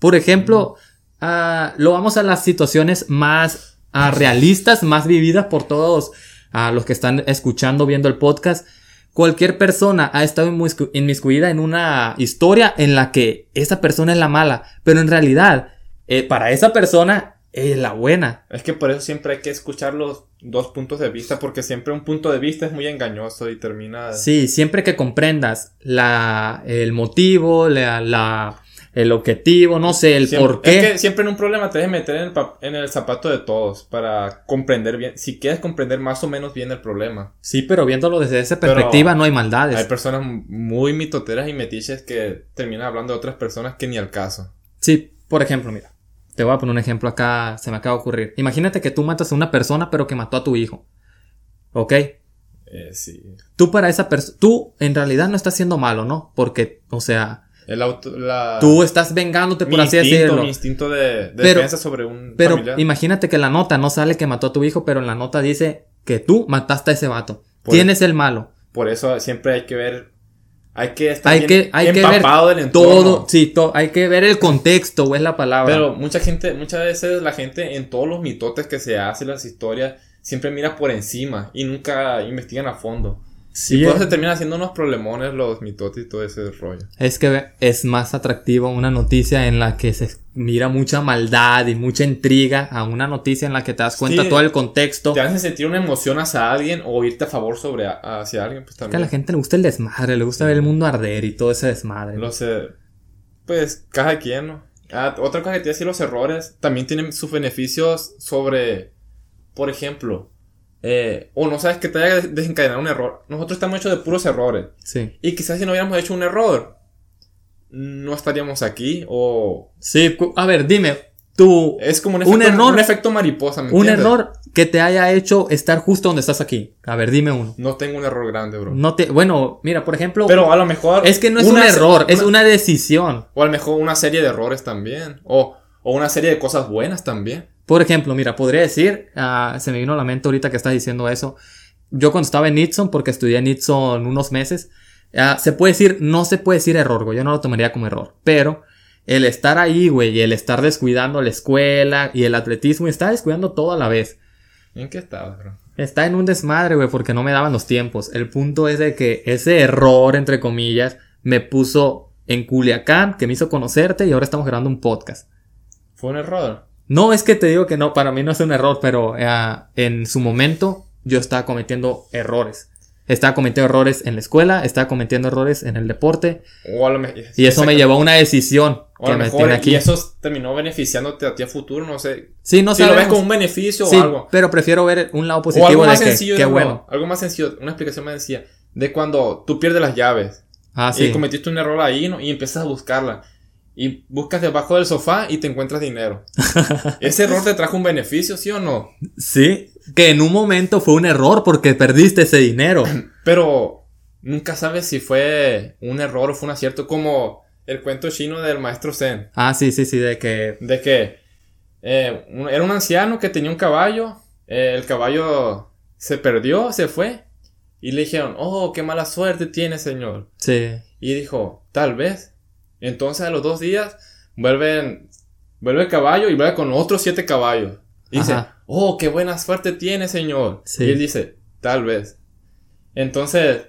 Speaker 1: Por ejemplo, ah, lo vamos a las situaciones más ah, realistas, más vividas por todos ah, los que están escuchando, viendo el podcast. Cualquier persona ha estado inmiscu- inmiscuida en una historia en la que esa persona es la mala, pero en realidad, eh, para esa persona es la buena.
Speaker 2: Es que por eso siempre hay que escuchar los dos puntos de vista, porque siempre un punto de vista es muy engañoso y termina.
Speaker 1: Sí, siempre que comprendas la, el motivo, la, la- el objetivo, no sé, el
Speaker 2: Siempre-
Speaker 1: por qué.
Speaker 2: Es que siempre en un problema te debes meter en el, pa- en el zapato de todos para comprender bien, si quieres comprender más o menos bien el problema.
Speaker 1: Sí, pero viéndolo desde esa
Speaker 2: Pero-
Speaker 1: perspectiva no hay maldades.
Speaker 2: Hay personas muy mitoteras y metiches que terminan hablando de otras personas que ni al caso.
Speaker 1: Sí, por ejemplo, mira, te voy a poner un ejemplo acá, se me acaba de ocurrir. Imagínate que tú matas a una persona pero que mató a tu hijo. ¿Ok?
Speaker 2: Eh, sí.
Speaker 1: Tú para esa persona, tú en realidad no estás siendo malo, ¿no? Porque, o sea,
Speaker 2: El auto, la,
Speaker 1: tú estás vengándote
Speaker 2: Ah. mi
Speaker 1: por así
Speaker 2: instinto,
Speaker 1: decirlo.
Speaker 2: Mi instinto de, de
Speaker 1: Pero-
Speaker 2: defensa sobre un
Speaker 1: Pero
Speaker 2: familiar.
Speaker 1: imagínate que la nota no sale que mató a tu hijo, pero en la nota dice que tú mataste a ese vato.
Speaker 2: Por-
Speaker 1: Tienes el malo.
Speaker 2: Por eso siempre hay que ver, hay que estar
Speaker 1: Hay
Speaker 2: bien
Speaker 1: que- hay que ver
Speaker 2: empapado del entorno.
Speaker 1: Todo, sí, to- hay que ver el contexto, güey, es la palabra.
Speaker 2: Pero mucha gente, muchas veces la gente en todos los mitotes que se hacen las historias siempre mira por encima y nunca investigan a fondo.
Speaker 1: sí, eh. pues,
Speaker 2: Por eso
Speaker 1: es,
Speaker 2: se terminan haciendo unos problemones los mitotes y todo ese rollo.
Speaker 1: es que es más atractivo una noticia en la que se mira mucha maldad y mucha intriga a una noticia en la que te das cuenta
Speaker 2: Sí.
Speaker 1: todo el contexto.
Speaker 2: Te
Speaker 1: Es
Speaker 2: hacen sentir una emoción hacia alguien o irte a favor sobre a- hacia alguien, pues
Speaker 1: que a
Speaker 2: también.
Speaker 1: la gente le gusta el desmadre, le gusta ver el mundo arder y todo ese desmadre.
Speaker 2: Lo sé. Pues cada quien, ¿no? Ah, otra cosa que te decía, los errores también tienen sus beneficios sobre, por ejemplo, eh, o no sabes que te haya desencadenado un error. Nosotros estamos hechos de puros errores.
Speaker 1: Sí.
Speaker 2: Y quizás si no hubiéramos hecho un error, no estaríamos aquí o...
Speaker 1: Sí, cu- a ver, dime, tú,
Speaker 2: Es como un
Speaker 1: Un
Speaker 2: efecto,
Speaker 1: error.
Speaker 2: un efecto mariposa, ¿me
Speaker 1: un
Speaker 2: Eh, entiendes?
Speaker 1: error que te haya hecho estar justo donde estás aquí. A ver, dime uno.
Speaker 2: No tengo un error grande, bro.
Speaker 1: No te, bueno, mira, por ejemplo,
Speaker 2: Pero a lo mejor...
Speaker 1: es que no es
Speaker 2: una
Speaker 1: un
Speaker 2: se-
Speaker 1: error, es
Speaker 2: una-
Speaker 1: una decisión.
Speaker 2: O a lo mejor una serie de errores también. O, o una serie de cosas buenas también.
Speaker 1: Por ejemplo, mira, podría decir, ah, se me vino a la mente ahorita que estás diciendo eso. Yo cuando estaba en Nixon, porque estudié en Nixon unos meses, ah, se puede decir, no se puede decir error, güey, yo no lo tomaría como error, pero el estar ahí, güey, y el estar descuidando la escuela y el atletismo, y estar descuidando todo a la vez.
Speaker 2: ¿En qué estabas, bro?
Speaker 1: Está en un desmadre, güey, porque no me daban los tiempos. El punto es de que ese error, entre comillas, me puso en Culiacán, que me hizo conocerte y ahora estamos grabando un podcast.
Speaker 2: Fue un error.
Speaker 1: No, es que te digo que no, para mí no es un error, pero eh, en su momento yo estaba cometiendo errores. Estaba cometiendo errores en la escuela, estaba cometiendo errores en el deporte
Speaker 2: O a lo mejor...
Speaker 1: y eso me llevó a una decisión
Speaker 2: O a
Speaker 1: que
Speaker 2: lo
Speaker 1: me
Speaker 2: mejor,
Speaker 1: tiene aquí.
Speaker 2: y eso terminó beneficiándote a ti a futuro, no sé.
Speaker 1: Sí, no
Speaker 2: si lo ves
Speaker 1: sabemos.
Speaker 2: como un beneficio
Speaker 1: Sí,
Speaker 2: o algo.
Speaker 1: pero prefiero ver un lado
Speaker 2: o algo
Speaker 1: positivo de
Speaker 2: más
Speaker 1: que
Speaker 2: sencillo.
Speaker 1: qué
Speaker 2: bro,
Speaker 1: bueno.
Speaker 2: Algo más sencillo. Una explicación más sencilla. De cuando tú pierdes las llaves.
Speaker 1: Ah,
Speaker 2: Y
Speaker 1: sí.
Speaker 2: cometiste un error ahí ¿no? y empiezas a buscarla. Y buscas debajo del sofá y te encuentras dinero. ¿Ese error te trajo un beneficio, sí o no?
Speaker 1: Sí, que en un momento fue un error porque perdiste ese dinero.
Speaker 2: Pero nunca sabes si fue un error o fue un acierto. Como el cuento chino del maestro Zen.
Speaker 1: Ah, sí, sí, sí, de que...
Speaker 2: De que eh, un- era un anciano que tenía un caballo. eh, el caballo se perdió, se fue. Y le dijeron, oh, qué mala suerte tiene, señor.
Speaker 1: Sí.
Speaker 2: Y dijo, tal vez. Entonces a los dos días vuelven, vuelve el caballo y vuelve con otros siete caballos. Y dice,
Speaker 1: Ajá.
Speaker 2: oh, qué buena suerte tiene, señor.
Speaker 1: Sí.
Speaker 2: Y él dice, tal vez. Entonces,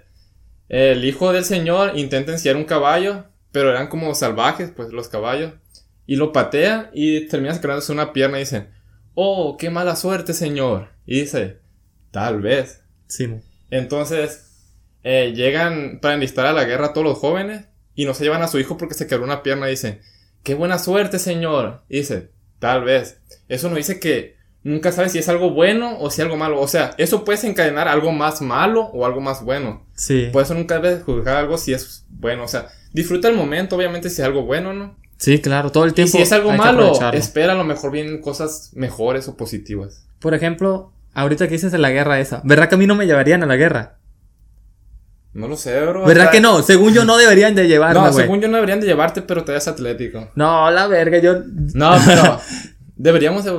Speaker 2: el hijo del señor intenta enseñar un caballo, pero eran como salvajes, pues los caballos. Y lo patea y termina sacándose una pierna y dicen, oh, qué mala suerte, señor. Y dice, tal vez.
Speaker 1: Sí, mo.
Speaker 2: Entonces, eh, llegan para enlistar a la guerra todos los jóvenes y no se llevan a su hijo porque se quebró una pierna y dicen, qué buena suerte, señor. Y dice, tal vez. Eso nos dice que nunca sabes si es algo bueno o si algo malo. O sea, eso puede encadenar algo más malo o algo más bueno.
Speaker 1: sí.
Speaker 2: Por eso nunca debes juzgar algo si es bueno. O sea, disfruta el momento, obviamente, si es algo bueno, ¿no?
Speaker 1: sí, claro, todo el
Speaker 2: Y
Speaker 1: tiempo.
Speaker 2: si es algo
Speaker 1: hay que
Speaker 2: malo,
Speaker 1: aprovecharlo.
Speaker 2: espera, a lo mejor vienen cosas mejores o positivas.
Speaker 1: Por ejemplo, ahorita que dices de la guerra esa, ¿verdad que a mí no me llevarían a la guerra?
Speaker 2: No lo sé, bro.
Speaker 1: ¿Verdad
Speaker 2: Está-
Speaker 1: que no? Según yo no deberían de llevarme,
Speaker 2: No,
Speaker 1: güey.
Speaker 2: según yo no deberían de llevarte, pero te das atlético.
Speaker 1: No, la verga, yo
Speaker 2: No, pero deberíamos de,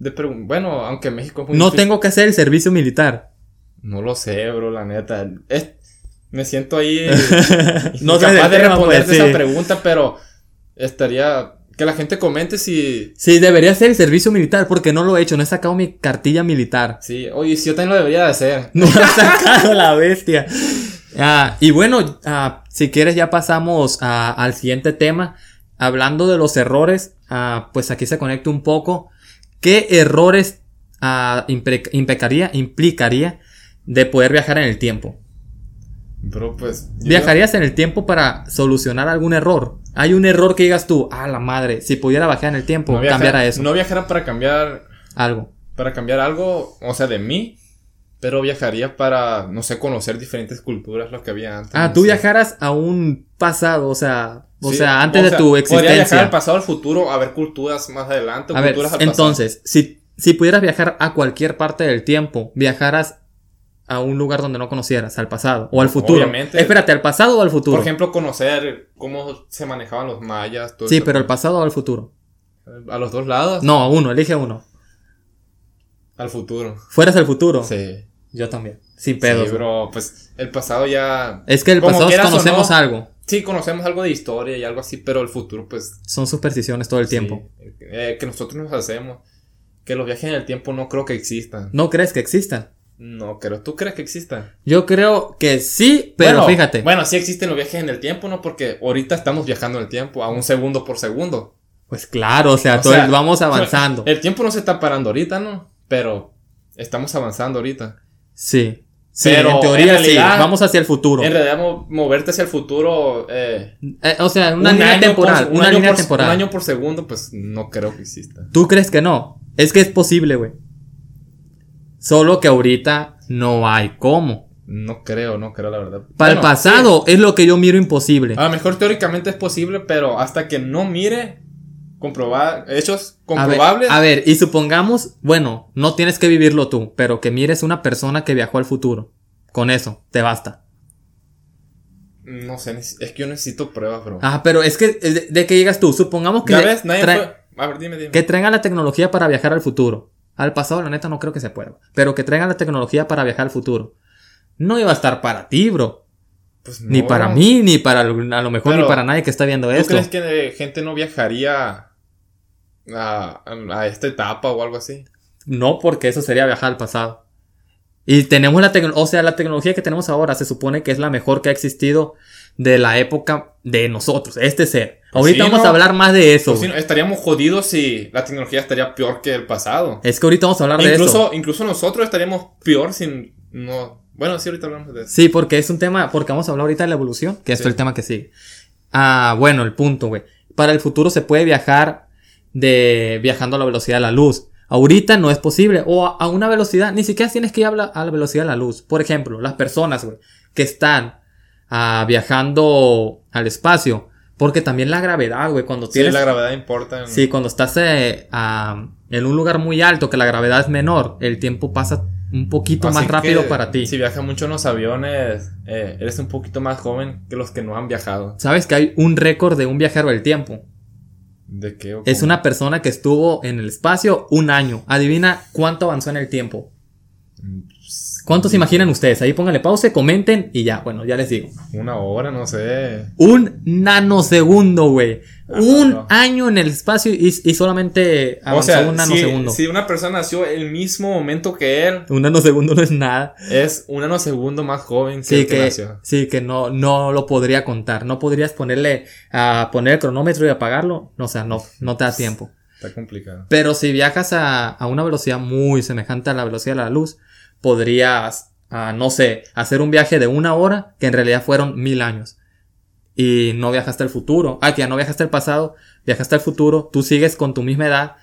Speaker 2: de pregun- bueno, aunque México es muy
Speaker 1: no
Speaker 2: difícil-
Speaker 1: tengo que hacer el servicio militar.
Speaker 2: No lo sé, bro, la neta. Es- me siento ahí
Speaker 1: No sé
Speaker 2: capaz
Speaker 1: del
Speaker 2: de
Speaker 1: tema,
Speaker 2: responderte
Speaker 1: pues, sí.
Speaker 2: esa pregunta, pero estaría que la gente comente si
Speaker 1: Sí, debería hacer el servicio militar porque no lo he hecho, no he sacado mi cartilla militar.
Speaker 2: sí, oye, si yo también lo debería de hacer.
Speaker 1: No ha sacado la bestia. Ah, y bueno, ah, si quieres ya pasamos a- al siguiente tema. Hablando de los errores, ah, pues aquí se conecta un poco. ¿Qué errores ah, impre- impecaría- implicaría de poder viajar en el tiempo?
Speaker 2: Bro, pues yo-
Speaker 1: ¿Viajarías en el tiempo para solucionar algún error? Hay un error que digas tú, ah, la madre, si pudiera viajar en el tiempo,
Speaker 2: no viajara-
Speaker 1: cambiara eso.
Speaker 2: No viajara para cambiar
Speaker 1: Algo.
Speaker 2: para cambiar algo, o sea, de mí, pero viajaría para no sé, conocer diferentes culturas, lo que había antes.
Speaker 1: Ah,
Speaker 2: no
Speaker 1: tú
Speaker 2: sé.
Speaker 1: viajaras a un pasado, o sea, o
Speaker 2: Sí,
Speaker 1: sea, antes
Speaker 2: o
Speaker 1: de tu
Speaker 2: Podría viajar
Speaker 1: existencia.
Speaker 2: al pasado, al futuro, a ver culturas más adelante. o
Speaker 1: A ver,
Speaker 2: culturas al
Speaker 1: entonces, si, si pudieras viajar a cualquier parte del tiempo, viajaras a un lugar donde no conocieras, al pasado o al futuro.
Speaker 2: Obviamente.
Speaker 1: Espérate, ¿al pasado o al
Speaker 2: pasado.
Speaker 1: futuro?
Speaker 2: Por ejemplo, conocer cómo se manejaban los mayas. todo
Speaker 1: sí,
Speaker 2: eso.
Speaker 1: pero al pasado o al futuro.
Speaker 2: A los dos lados.
Speaker 1: No, a uno, elige uno.
Speaker 2: Al futuro.
Speaker 1: ¿Fueras al futuro?
Speaker 2: Sí.
Speaker 1: Yo también. Sin pedos.
Speaker 2: Sí, bro. Pues el pasado ya.
Speaker 1: Es que el
Speaker 2: Como
Speaker 1: pasado
Speaker 2: quieras o
Speaker 1: conocemos
Speaker 2: no.
Speaker 1: algo.
Speaker 2: Sí, conocemos algo de historia y algo así, pero el futuro, pues.
Speaker 1: Son supersticiones todo el tiempo.
Speaker 2: sí, eh, que nosotros nos hacemos. Que los viajes en el tiempo no creo que existan.
Speaker 1: ¿No crees que existan?
Speaker 2: No creo. ¿Tú crees que existan?
Speaker 1: Yo creo que sí, pero
Speaker 2: Bueno,
Speaker 1: fíjate.
Speaker 2: Bueno, sí existen los viajes en el tiempo, ¿no? Porque ahorita estamos viajando en el tiempo a un segundo por segundo.
Speaker 1: Pues claro, o sea,
Speaker 2: O
Speaker 1: todo
Speaker 2: sea,
Speaker 1: el- vamos avanzando.
Speaker 2: El tiempo no se está parando ahorita, ¿no? Pero estamos avanzando ahorita.
Speaker 1: Sí. Sí,
Speaker 2: Pero
Speaker 1: en
Speaker 2: en
Speaker 1: teoría sí.
Speaker 2: realidad-
Speaker 1: Vamos hacia el futuro.
Speaker 2: En realidad, mo- moverte hacia el futuro. eh,
Speaker 1: Eh, o sea, una
Speaker 2: un
Speaker 1: línea
Speaker 2: año
Speaker 1: temporal.
Speaker 2: por- un
Speaker 1: una
Speaker 2: año
Speaker 1: línea
Speaker 2: por-
Speaker 1: temporal.
Speaker 2: Un año por segundo, pues no creo que exista.
Speaker 1: ¿Tú crees que no? Es que es posible, güey. Solo que ahorita no hay cómo.
Speaker 2: No creo, no creo, la verdad.
Speaker 1: Para el
Speaker 2: Bueno, Ah,
Speaker 1: pasado es lo que yo miro imposible.
Speaker 2: A lo mejor teóricamente es posible, pero hasta que no mire comproba- hechos
Speaker 1: A ver,
Speaker 2: comprobables.
Speaker 1: A ver, y supongamos, bueno, no tienes que vivirlo tú, pero que mires una persona que viajó al futuro. Con eso, te basta.
Speaker 2: No sé, neces- es que yo necesito pruebas, bro.
Speaker 1: Ah, pero es que, eh, ¿de, de qué llegas tú? Supongamos que,
Speaker 2: ¿Ya
Speaker 1: le-
Speaker 2: ves? Nadie
Speaker 1: trae-
Speaker 2: fue- A ver, dime, dime.
Speaker 1: que traigan la tecnología para viajar al futuro. Al pasado, la neta, no creo que se pueda. Pero que traigan la tecnología para viajar al futuro. No iba a estar para ti, bro.
Speaker 2: Pues
Speaker 1: Ni
Speaker 2: no.
Speaker 1: para mí, ni para lo- a lo mejor ni
Speaker 2: Pero,
Speaker 1: para nadie que está viendo
Speaker 2: ¿Tú
Speaker 1: esto.
Speaker 2: crees que eh, gente no viajaría a, a esta etapa o algo así?
Speaker 1: No, porque eso sería viajar al pasado. Y tenemos la tecnología, o sea, la tecnología que tenemos ahora se supone que es la mejor que ha existido de la época de nosotros, este ser.
Speaker 2: Pues
Speaker 1: ahorita
Speaker 2: sí,
Speaker 1: vamos
Speaker 2: ¿no?
Speaker 1: a hablar más de eso.
Speaker 2: Pues si
Speaker 1: güey.
Speaker 2: no, estaríamos jodidos si la tecnología estaría peor que el pasado.
Speaker 1: Es que ahorita vamos a hablar de eso.
Speaker 2: E Incluso, incluso nosotros estaríamos peor sin. No. Bueno, sí, ahorita hablamos de eso.
Speaker 1: Sí, porque es un tema, porque vamos a hablar ahorita de la evolución, que es
Speaker 2: Sí.
Speaker 1: el tema que sigue. Ah, bueno, el punto, güey. Para el futuro se puede viajar de viajando a la velocidad de la luz. Ahorita no es posible. O a, a una velocidad, ni siquiera tienes que ir a la, a la velocidad de la luz. Por ejemplo, las personas, güey, que están ah, viajando al espacio. Porque también la gravedad, güey, cuando
Speaker 2: Sí,
Speaker 1: tienes...
Speaker 2: la gravedad importa. en-
Speaker 1: Sí, cuando estás eh, ah, en un lugar muy alto, que la gravedad es menor, el tiempo pasa un poquito
Speaker 2: Así
Speaker 1: más
Speaker 2: que,
Speaker 1: rápido para ti.
Speaker 2: Si viajas mucho en los aviones, eh, eres un poquito más joven que los que no han viajado.
Speaker 1: ¿Sabes que hay un récord de un viajero del tiempo?
Speaker 2: ¿De qué? o
Speaker 1: Es
Speaker 2: cómo?
Speaker 1: una persona que estuvo en el espacio un año. Adivina cuánto avanzó en el tiempo. ¿Cuántos se imaginan ustedes? Ahí pónganle pausa, comenten y ya, bueno, ya les digo.
Speaker 2: Una hora, no sé.
Speaker 1: Un nanosegundo, güey. un
Speaker 2: Ah, no.
Speaker 1: año en el espacio y, y solamente avanzó
Speaker 2: o sea,
Speaker 1: un
Speaker 2: si,
Speaker 1: nanosegundo.
Speaker 2: si una persona nació el mismo momento que él,
Speaker 1: Un nanosegundo no es nada.
Speaker 2: es un nanosegundo más joven que
Speaker 1: Sí
Speaker 2: el que
Speaker 1: que,
Speaker 2: nació.
Speaker 1: sí, que no, no lo podría contar. No podrías ponerle a poner el cronómetro y apagarlo. O sea, no, no te da tiempo.
Speaker 2: Está complicado.
Speaker 1: Pero si viajas a, a una velocidad muy semejante a la velocidad de la luz, podrías, ah, no sé, hacer un viaje de una hora que en realidad fueron mil años. Y no viajaste al futuro. Ah, que ya no viajaste al pasado, viajaste al futuro, tú sigues con tu misma edad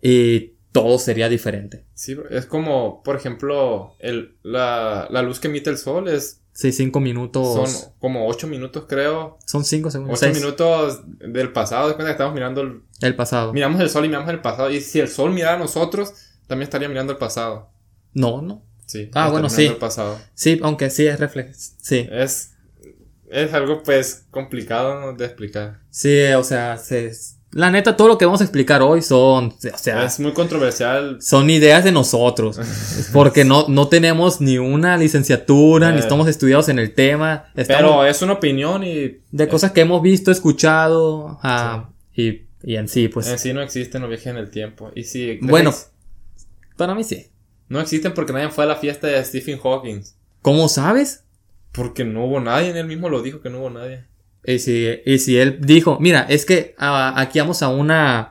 Speaker 1: y todo sería diferente.
Speaker 2: Sí, es como, por ejemplo, el, la, la luz que emite el sol es
Speaker 1: Sí, cinco minutos. Son,
Speaker 2: son como 8 minutos, creo.
Speaker 1: cinco segundos.
Speaker 2: 8
Speaker 1: Seis,
Speaker 2: minutos del pasado. De cuenta que estamos mirando el,
Speaker 1: El pasado.
Speaker 2: miramos el sol y miramos el pasado. Y si el sol mirara a nosotros, también estaría mirando el pasado.
Speaker 1: No, no.
Speaker 2: Sí.
Speaker 1: Ah,
Speaker 2: está
Speaker 1: bueno,
Speaker 2: mirando
Speaker 1: sí.
Speaker 2: El pasado.
Speaker 1: Sí, aunque sí es reflejo. Sí.
Speaker 2: Es, es algo, pues, complicado de explicar.
Speaker 1: Sí, o sea, se- la neta, todo lo que vamos a explicar hoy son. O sea,
Speaker 2: Es muy controversial.
Speaker 1: son ideas de nosotros, porque no, no tenemos ni una licenciatura, ni
Speaker 2: Eh.
Speaker 1: estamos estudiados en el tema, estamos
Speaker 2: Pero es una opinión y
Speaker 1: de cosas que hemos visto, escuchado, ah, y, y en sí, pues
Speaker 2: en sí no existen los viajes en el tiempo. Y si
Speaker 1: Bueno. para mí sí.
Speaker 2: no existen porque nadie fue a la fiesta de Stephen Hawking.
Speaker 1: ¿Cómo sabes?
Speaker 2: Porque no hubo nadie, él mismo lo dijo que no hubo nadie.
Speaker 1: Y si, y si él dijo, mira, es que ah, aquí vamos a una...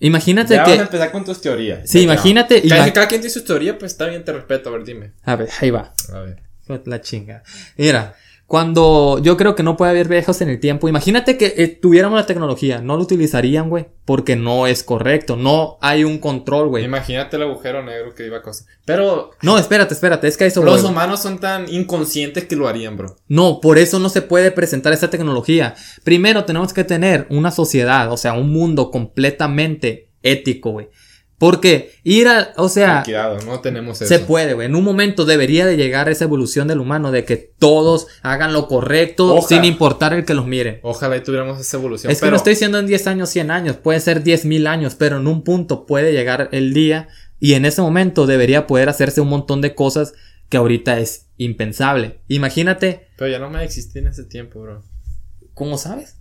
Speaker 1: Imagínate
Speaker 2: Ya vas a
Speaker 1: que...
Speaker 2: empezar con tus teorías.
Speaker 1: Sí,
Speaker 2: Ya.
Speaker 1: imagínate...
Speaker 2: Cada,
Speaker 1: ima-
Speaker 2: cada quien tiene su teoría, pues está bien, te respeto. A ver, dime.
Speaker 1: A ver, ahí va.
Speaker 2: A ver.
Speaker 1: La chinga. Mira, cuando yo creo que no puede haber viejos en el tiempo, imagínate que eh, tuviéramos la tecnología, no lo utilizarían, güey, porque no es correcto, no hay un control, güey.
Speaker 2: Imagínate el agujero negro que iba a causar. Pero
Speaker 1: No, espérate, espérate, es que a eso voy,
Speaker 2: los
Speaker 1: güey.
Speaker 2: humanos son tan inconscientes que lo harían, bro.
Speaker 1: No, por eso no se puede presentar esta tecnología. Primero tenemos que tener una sociedad, o sea, un mundo completamente ético, güey. Porque ir a, o sea,
Speaker 2: Cuidado, no tenemos eso.
Speaker 1: Se puede, güey. En un momento debería de llegar esa evolución del humano de que todos hagan lo correcto
Speaker 2: Ojalá.
Speaker 1: sin importar el que los mire.
Speaker 2: Ojalá y tuviéramos esa evolución.
Speaker 1: Es que
Speaker 2: pero
Speaker 1: no estoy diciendo en 10 años, 100 años, puede ser 10 mil años, pero en un punto puede llegar el día y en ese momento debería poder hacerse un montón de cosas que ahorita es impensable. Imagínate,
Speaker 2: pero ya no me existí en ese tiempo, bro.
Speaker 1: ¿cómo sabes?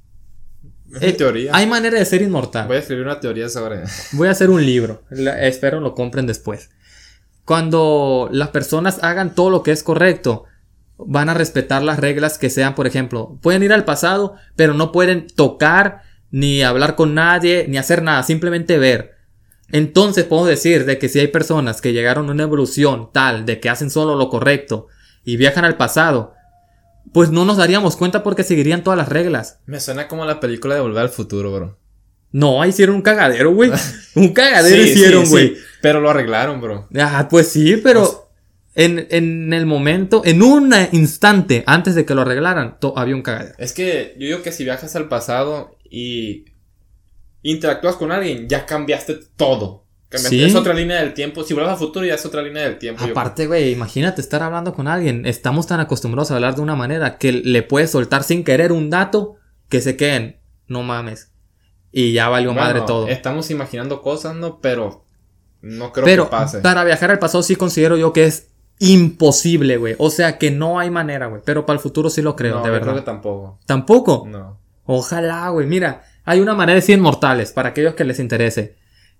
Speaker 2: Es
Speaker 1: Eh,
Speaker 2: mi teoría.
Speaker 1: Hay manera de ser inmortal.
Speaker 2: Voy a escribir una teoría sobre.
Speaker 1: Voy a hacer un libro, La- espero lo compren después. Cuando las personas hagan todo lo que es correcto, van a respetar las reglas que sean, por ejemplo, pueden ir al pasado, pero no pueden tocar, ni hablar con nadie, ni hacer nada, simplemente ver. Entonces podemos decir de que si hay personas que llegaron a una evolución tal de que hacen solo lo correcto y viajan al pasado, pues no nos daríamos cuenta porque seguirían todas las reglas.
Speaker 2: Me suena como la película de Volver al Futuro, bro.
Speaker 1: No, ahí hicieron un cagadero, güey. un cagadero hicieron, güey.
Speaker 2: pero lo arreglaron, bro.
Speaker 1: Ah, pues sí, pero
Speaker 2: O sea-
Speaker 1: en, en el momento, en un instante antes de que lo arreglaran, to- había un cagadero.
Speaker 2: Es que yo digo que si viajas al pasado y interactúas con alguien, ya cambiaste todo. Cambiaste.
Speaker 1: Sí.
Speaker 2: Es otra línea del tiempo. Si vuelves al futuro, ya es otra línea del tiempo. yo
Speaker 1: Aparte, güey, imagínate estar hablando con alguien. Estamos tan acostumbrados a hablar de una manera que le puedes soltar sin querer un dato que se queden. No mames. Y ya valió
Speaker 2: Bueno,
Speaker 1: madre todo.
Speaker 2: Estamos imaginando cosas, ¿no? Pero no creo
Speaker 1: Pero
Speaker 2: que pase.
Speaker 1: para viajar al pasado sí considero yo que es imposible, güey. O sea que no hay manera, güey. Pero para el futuro sí lo creo,
Speaker 2: No,
Speaker 1: de
Speaker 2: yo
Speaker 1: verdad.
Speaker 2: Creo que tampoco.
Speaker 1: Tampoco.
Speaker 2: No.
Speaker 1: Ojalá, güey. Mira, hay una manera de ser inmortales para aquellos que les interese.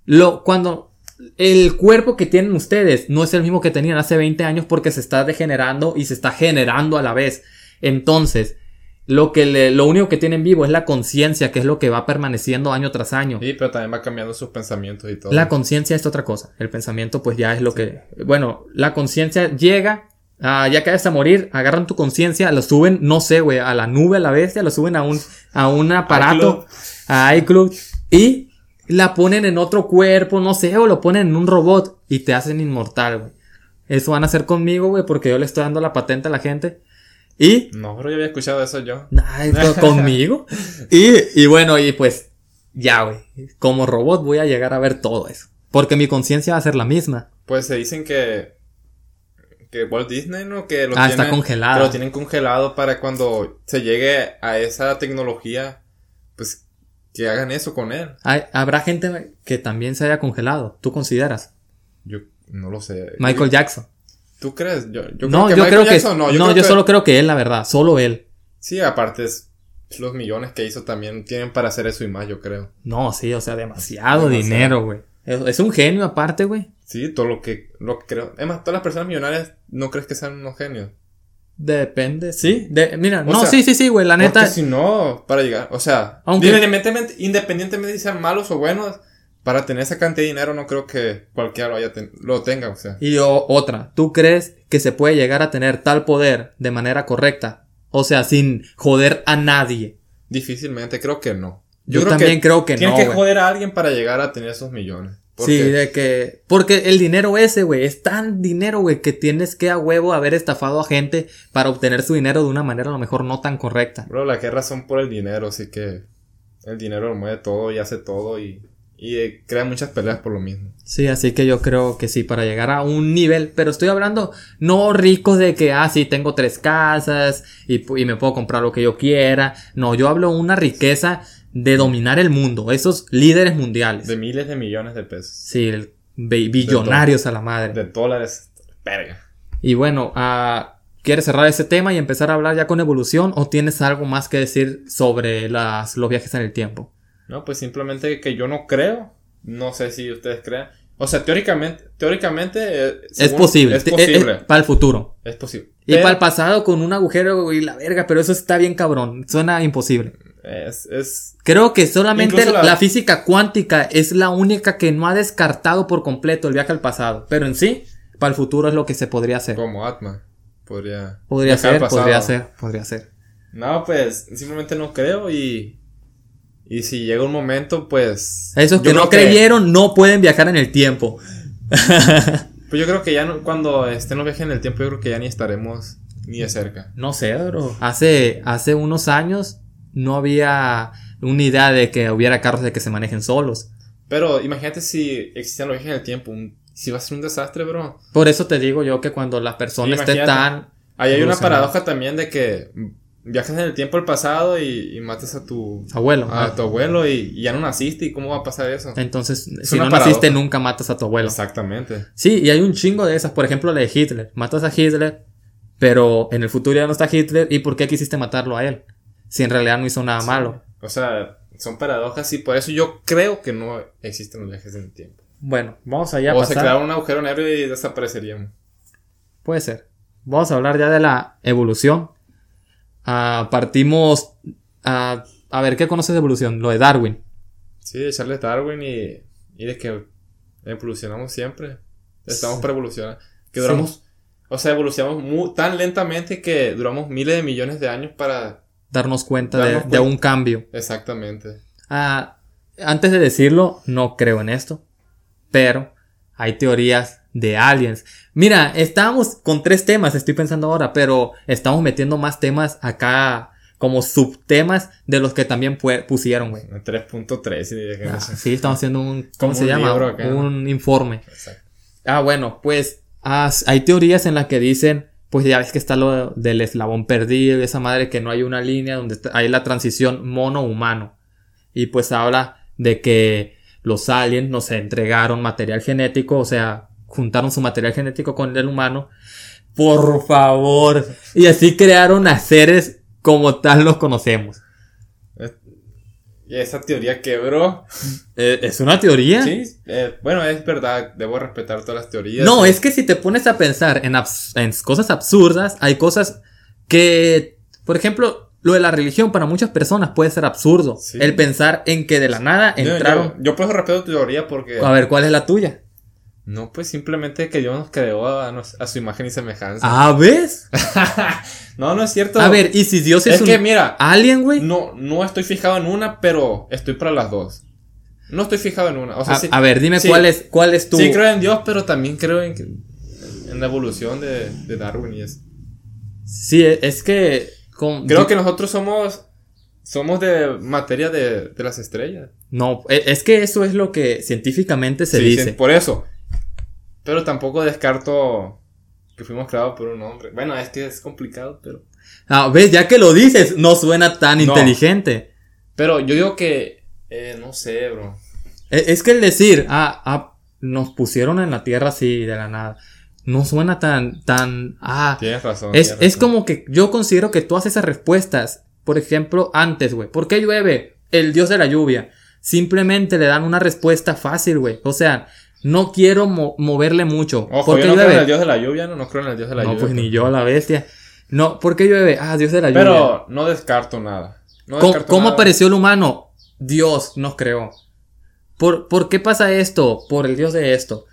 Speaker 1: Lo, cuando el cuerpo que tienen ustedes no es el mismo que tenían hace 20 años porque se está degenerando y se está generando a la vez. Entonces, lo, que le- lo único que tienen vivo es la conciencia, que es lo que va permaneciendo año tras año.
Speaker 2: Sí, pero también va cambiando sus pensamientos y todo.
Speaker 1: La conciencia es otra cosa. El pensamiento, pues ya es lo que. Bueno, la conciencia llega. ah, ya acabas a morir, agarran tu conciencia, lo suben, no sé, güey, a la nube, a la bestia, lo suben a un, a un aparato, a iCloud, y la ponen en otro cuerpo, no sé, o lo ponen en un robot y te hacen inmortal, güey. Eso van a hacer conmigo, güey, porque yo le estoy dando la patente a la gente. Y
Speaker 2: No, pero yo había escuchado eso yo.
Speaker 1: Ay, to- conmigo. Y, y bueno, y pues ya, güey. Como robot voy a llegar a ver todo eso. Porque mi conciencia va a ser la misma.
Speaker 2: Pues se dicen que. Que Walt Disney, ¿no? Que lo
Speaker 1: Ah,
Speaker 2: tiene-
Speaker 1: está congelada.
Speaker 2: que lo tienen congelado para cuando se llegue a esa tecnología, pues que hagan eso con él.
Speaker 1: Hay- habrá gente que también se haya congelado. ¿Tú consideras?
Speaker 2: Yo no lo sé.
Speaker 1: Michael Jackson.
Speaker 2: ¿Tú crees? Yo, yo
Speaker 1: no,
Speaker 2: Eh,
Speaker 1: yo
Speaker 2: creo que Michael
Speaker 1: creo que.
Speaker 2: Jackson,
Speaker 1: no,
Speaker 2: yo,
Speaker 1: yo,
Speaker 2: creo que-
Speaker 1: solo creo que él, la verdad. Solo él.
Speaker 2: Sí, aparte es los millones que hizo también tienen para hacer eso y más, yo creo.
Speaker 1: No, sí, o sea, demasiado,
Speaker 2: Demasiado.
Speaker 1: dinero, güey. Es, es un genio aparte, güey.
Speaker 2: Sí, todo lo que, lo que creo. Es más, todas las personas millonarias no crees que sean unos genios.
Speaker 1: Depende, sí. De, mira,
Speaker 2: O
Speaker 1: no,
Speaker 2: sea,
Speaker 1: sí, sí, sí, güey. La neta.
Speaker 2: Porque si no, para llegar, o sea,
Speaker 1: Aunque-
Speaker 2: independientemente, independientemente si sean malos o buenos, para tener esa cantidad de dinero no creo que cualquiera lo, haya ten- lo tenga, o sea.
Speaker 1: Y o- otra, ¿tú crees que se puede llegar a tener tal poder de manera correcta? O sea, sin joder a nadie.
Speaker 2: Difícilmente, creo que no.
Speaker 1: Yo, también creo que no.
Speaker 2: Tienen que
Speaker 1: güey.
Speaker 2: joder a alguien para llegar a tener esos millones.
Speaker 1: Sí,
Speaker 2: Porque
Speaker 1: de que. Porque el dinero ese, güey, es tan dinero, güey, que tienes que a huevo haber estafado a gente para obtener su dinero de una manera a lo mejor no tan correcta.
Speaker 2: Bro, las guerras son por el dinero, así que el dinero lo mueve todo y hace todo y, y eh, crea muchas peleas por lo mismo.
Speaker 1: Sí, así que yo creo que sí, para llegar a un nivel, pero estoy hablando no ricos de que, ah, sí, tengo tres casas y, pu- y me puedo comprar lo que yo quiera. No, yo hablo una riqueza de dominar el mundo, esos líderes mundiales.
Speaker 2: De miles de millones de pesos.
Speaker 1: sí, el- bi- billonarios a la madre.
Speaker 2: De dólares. Verga.
Speaker 1: Y bueno, ah, ¿quieres cerrar ese tema y empezar a hablar ya con evolución o tienes algo más que decir sobre las, los viajes en el tiempo?
Speaker 2: No, pues simplemente que yo no creo. No sé si ustedes crean. O sea, teóricamente, teóricamente eh,
Speaker 1: Es
Speaker 2: según-
Speaker 1: posible,
Speaker 2: Es posible. Es,
Speaker 1: para el futuro.
Speaker 2: posible.
Speaker 1: Y para el pasado con un agujero y la verga, pero eso está bien cabrón, suena imposible.
Speaker 2: es, es-
Speaker 1: Creo que solamente
Speaker 2: Incluso
Speaker 1: la...
Speaker 2: la-
Speaker 1: física cuántica es la única que no ha descartado por completo el viaje al pasado, pero en sí, para el futuro es lo que se podría hacer.
Speaker 2: como Atman. Podría.
Speaker 1: Podría
Speaker 2: viajar al
Speaker 1: ser, podría
Speaker 2: pasado.
Speaker 1: ser, podría ser.
Speaker 2: No, pues simplemente no creo y. Y si llega un momento, pues.
Speaker 1: Esos
Speaker 2: yo
Speaker 1: que
Speaker 2: creo
Speaker 1: no creyeron no pueden viajar en el tiempo.
Speaker 2: Pues yo creo que ya no- cuando estén los viajes en el tiempo, yo creo que ya ni estaremos ni de cerca.
Speaker 1: No sé, bro. Hace, hace unos años no había una idea de que hubiera carros de que se manejen solos.
Speaker 2: Pero imagínate si existían los viajes en el tiempo. un- si va a ser un desastre, bro.
Speaker 1: Por eso te digo yo que cuando la persona esté
Speaker 2: Imagínate.
Speaker 1: tan...
Speaker 2: Ahí hay una
Speaker 1: Evolucionar.
Speaker 2: paradoja también de que viajas en el tiempo al pasado y, y matas a tu,
Speaker 1: Abuelo.
Speaker 2: a
Speaker 1: ¿no?
Speaker 2: tu abuelo y, y ya no naciste. ¿Y cómo va a pasar eso?
Speaker 1: Entonces,
Speaker 2: Es
Speaker 1: si
Speaker 2: una
Speaker 1: no naciste,
Speaker 2: paradoja.
Speaker 1: nunca matas a tu abuelo.
Speaker 2: Exactamente.
Speaker 1: Sí, y hay un chingo de esas. Por ejemplo, la de Hitler. Matas a Hitler, pero en el futuro ya no está Hitler. ¿Y por qué quisiste matarlo a él? Si en realidad no hizo nada malo.
Speaker 2: O sea, son paradojas y por eso yo creo que no existen los viajes en el tiempo.
Speaker 1: Bueno, vamos allá a
Speaker 2: o se
Speaker 1: pasar.
Speaker 2: crearon un agujero negro y desapareceríamos.
Speaker 1: Puede ser. Vamos a hablar ya de la evolución. Ah, partimos ah, a, a ver qué conoces de evolución, lo de Darwin.
Speaker 2: Sí, de Charles Darwin y, y de que Evolucionamos siempre. Estamos para evolucionar. Que duramos. O sea, evolucionamos mu- tan lentamente que duramos miles de millones de años para.
Speaker 1: Darnos cuenta
Speaker 2: Darnos
Speaker 1: de, de
Speaker 2: cuenta.
Speaker 1: un cambio.
Speaker 2: Exactamente.
Speaker 1: Ah, antes de decirlo, no creo en esto. Pero hay teorías de aliens. Mira, estábamos con tres temas, estoy pensando ahora, pero estamos metiendo más temas acá como subtemas de los que también pu- pusieron, güey.
Speaker 2: 3.3. y de-
Speaker 1: Ah, sí, estamos haciendo un... ¿Cómo
Speaker 2: Como
Speaker 1: se
Speaker 2: un
Speaker 1: llama?
Speaker 2: libro acá, ¿no?
Speaker 1: Un informe.
Speaker 2: Exacto.
Speaker 1: Ah, bueno, pues ah, hay teorías en las que dicen, pues ya ves que está lo del eslabón perdido, y esa madre que no hay una línea donde está- hay la transición mono-humano. Y pues habla de que los aliens nos entregaron material genético, o sea, juntaron su material genético con el humano. Por favor. Y así crearon a seres como tal los conocemos.
Speaker 2: Y esa teoría quebró.
Speaker 1: Eh, ¿Es una teoría?
Speaker 2: Sí, eh, bueno, es verdad. Debo respetar todas las teorías.
Speaker 1: No, es que si te pones a pensar en, abs- en cosas absurdas, hay cosas que, por ejemplo, lo de la religión para muchas personas puede ser absurdo.
Speaker 2: Sí.
Speaker 1: El pensar en que de la nada
Speaker 2: Yo- yo-
Speaker 1: entraron...
Speaker 2: Yo, por eso respeto tu teoría porque.
Speaker 1: A ver, ¿cuál es la tuya?
Speaker 2: No, pues simplemente que Dios nos creó a, nos- a su imagen y semejanza.
Speaker 1: Ah, ¿ves?
Speaker 2: no, no es cierto.
Speaker 1: A ver, ¿y si Dios es,
Speaker 2: es
Speaker 1: un Ah.
Speaker 2: que mira,
Speaker 1: alien, güey?
Speaker 2: no, no estoy fijado en una, pero estoy para las dos. No estoy fijado en una. O sea,
Speaker 1: a,
Speaker 2: sí,
Speaker 1: a ver, dime
Speaker 2: sí.
Speaker 1: cuál es cuál es tu...
Speaker 2: sí creo en Dios, pero también creo en, que- en la evolución de, de Darwin y eso.
Speaker 1: Sí, e- es que... con-
Speaker 2: Creo
Speaker 1: yo-
Speaker 2: que nosotros somos somos de materia de, de las estrellas.
Speaker 1: No, e- es que eso es lo que científicamente se
Speaker 2: Sí, sí,
Speaker 1: dice.
Speaker 2: por eso. Pero tampoco descarto que fuimos creados por un hombre. Bueno, es que es complicado, pero.
Speaker 1: Ah, ¿ves? Ya que lo dices, no suena tan
Speaker 2: No.
Speaker 1: inteligente.
Speaker 2: Pero yo digo que. eh, no sé, bro.
Speaker 1: E- Es que el decir, ah, ah, nos pusieron en la tierra así de la nada, no suena tan, tan, ah,
Speaker 2: Tienes razón.
Speaker 1: es,
Speaker 2: tienes
Speaker 1: es
Speaker 2: razón.
Speaker 1: como que yo considero que todas esas respuestas, por ejemplo, antes, güey, ¿por qué llueve? El dios de la lluvia. Simplemente le dan una respuesta fácil, güey. O sea, no quiero mo- moverle mucho.
Speaker 2: Ojo,
Speaker 1: ¿Por qué
Speaker 2: yo no creo en el
Speaker 1: llueve?
Speaker 2: dios de la lluvia, no, no creo en el dios de la
Speaker 1: No,
Speaker 2: lluvia.
Speaker 1: pues
Speaker 2: pero-
Speaker 1: ni yo, la bestia. No, ¿por qué llueve? Ah, dios de la lluvia.
Speaker 2: Pero no descarto nada. No
Speaker 1: ¿Cómo,
Speaker 2: descarto
Speaker 1: cómo
Speaker 2: nada.
Speaker 1: apareció el humano? Dios nos creó. ¿Por, por qué pasa esto? Por el Dios de esto.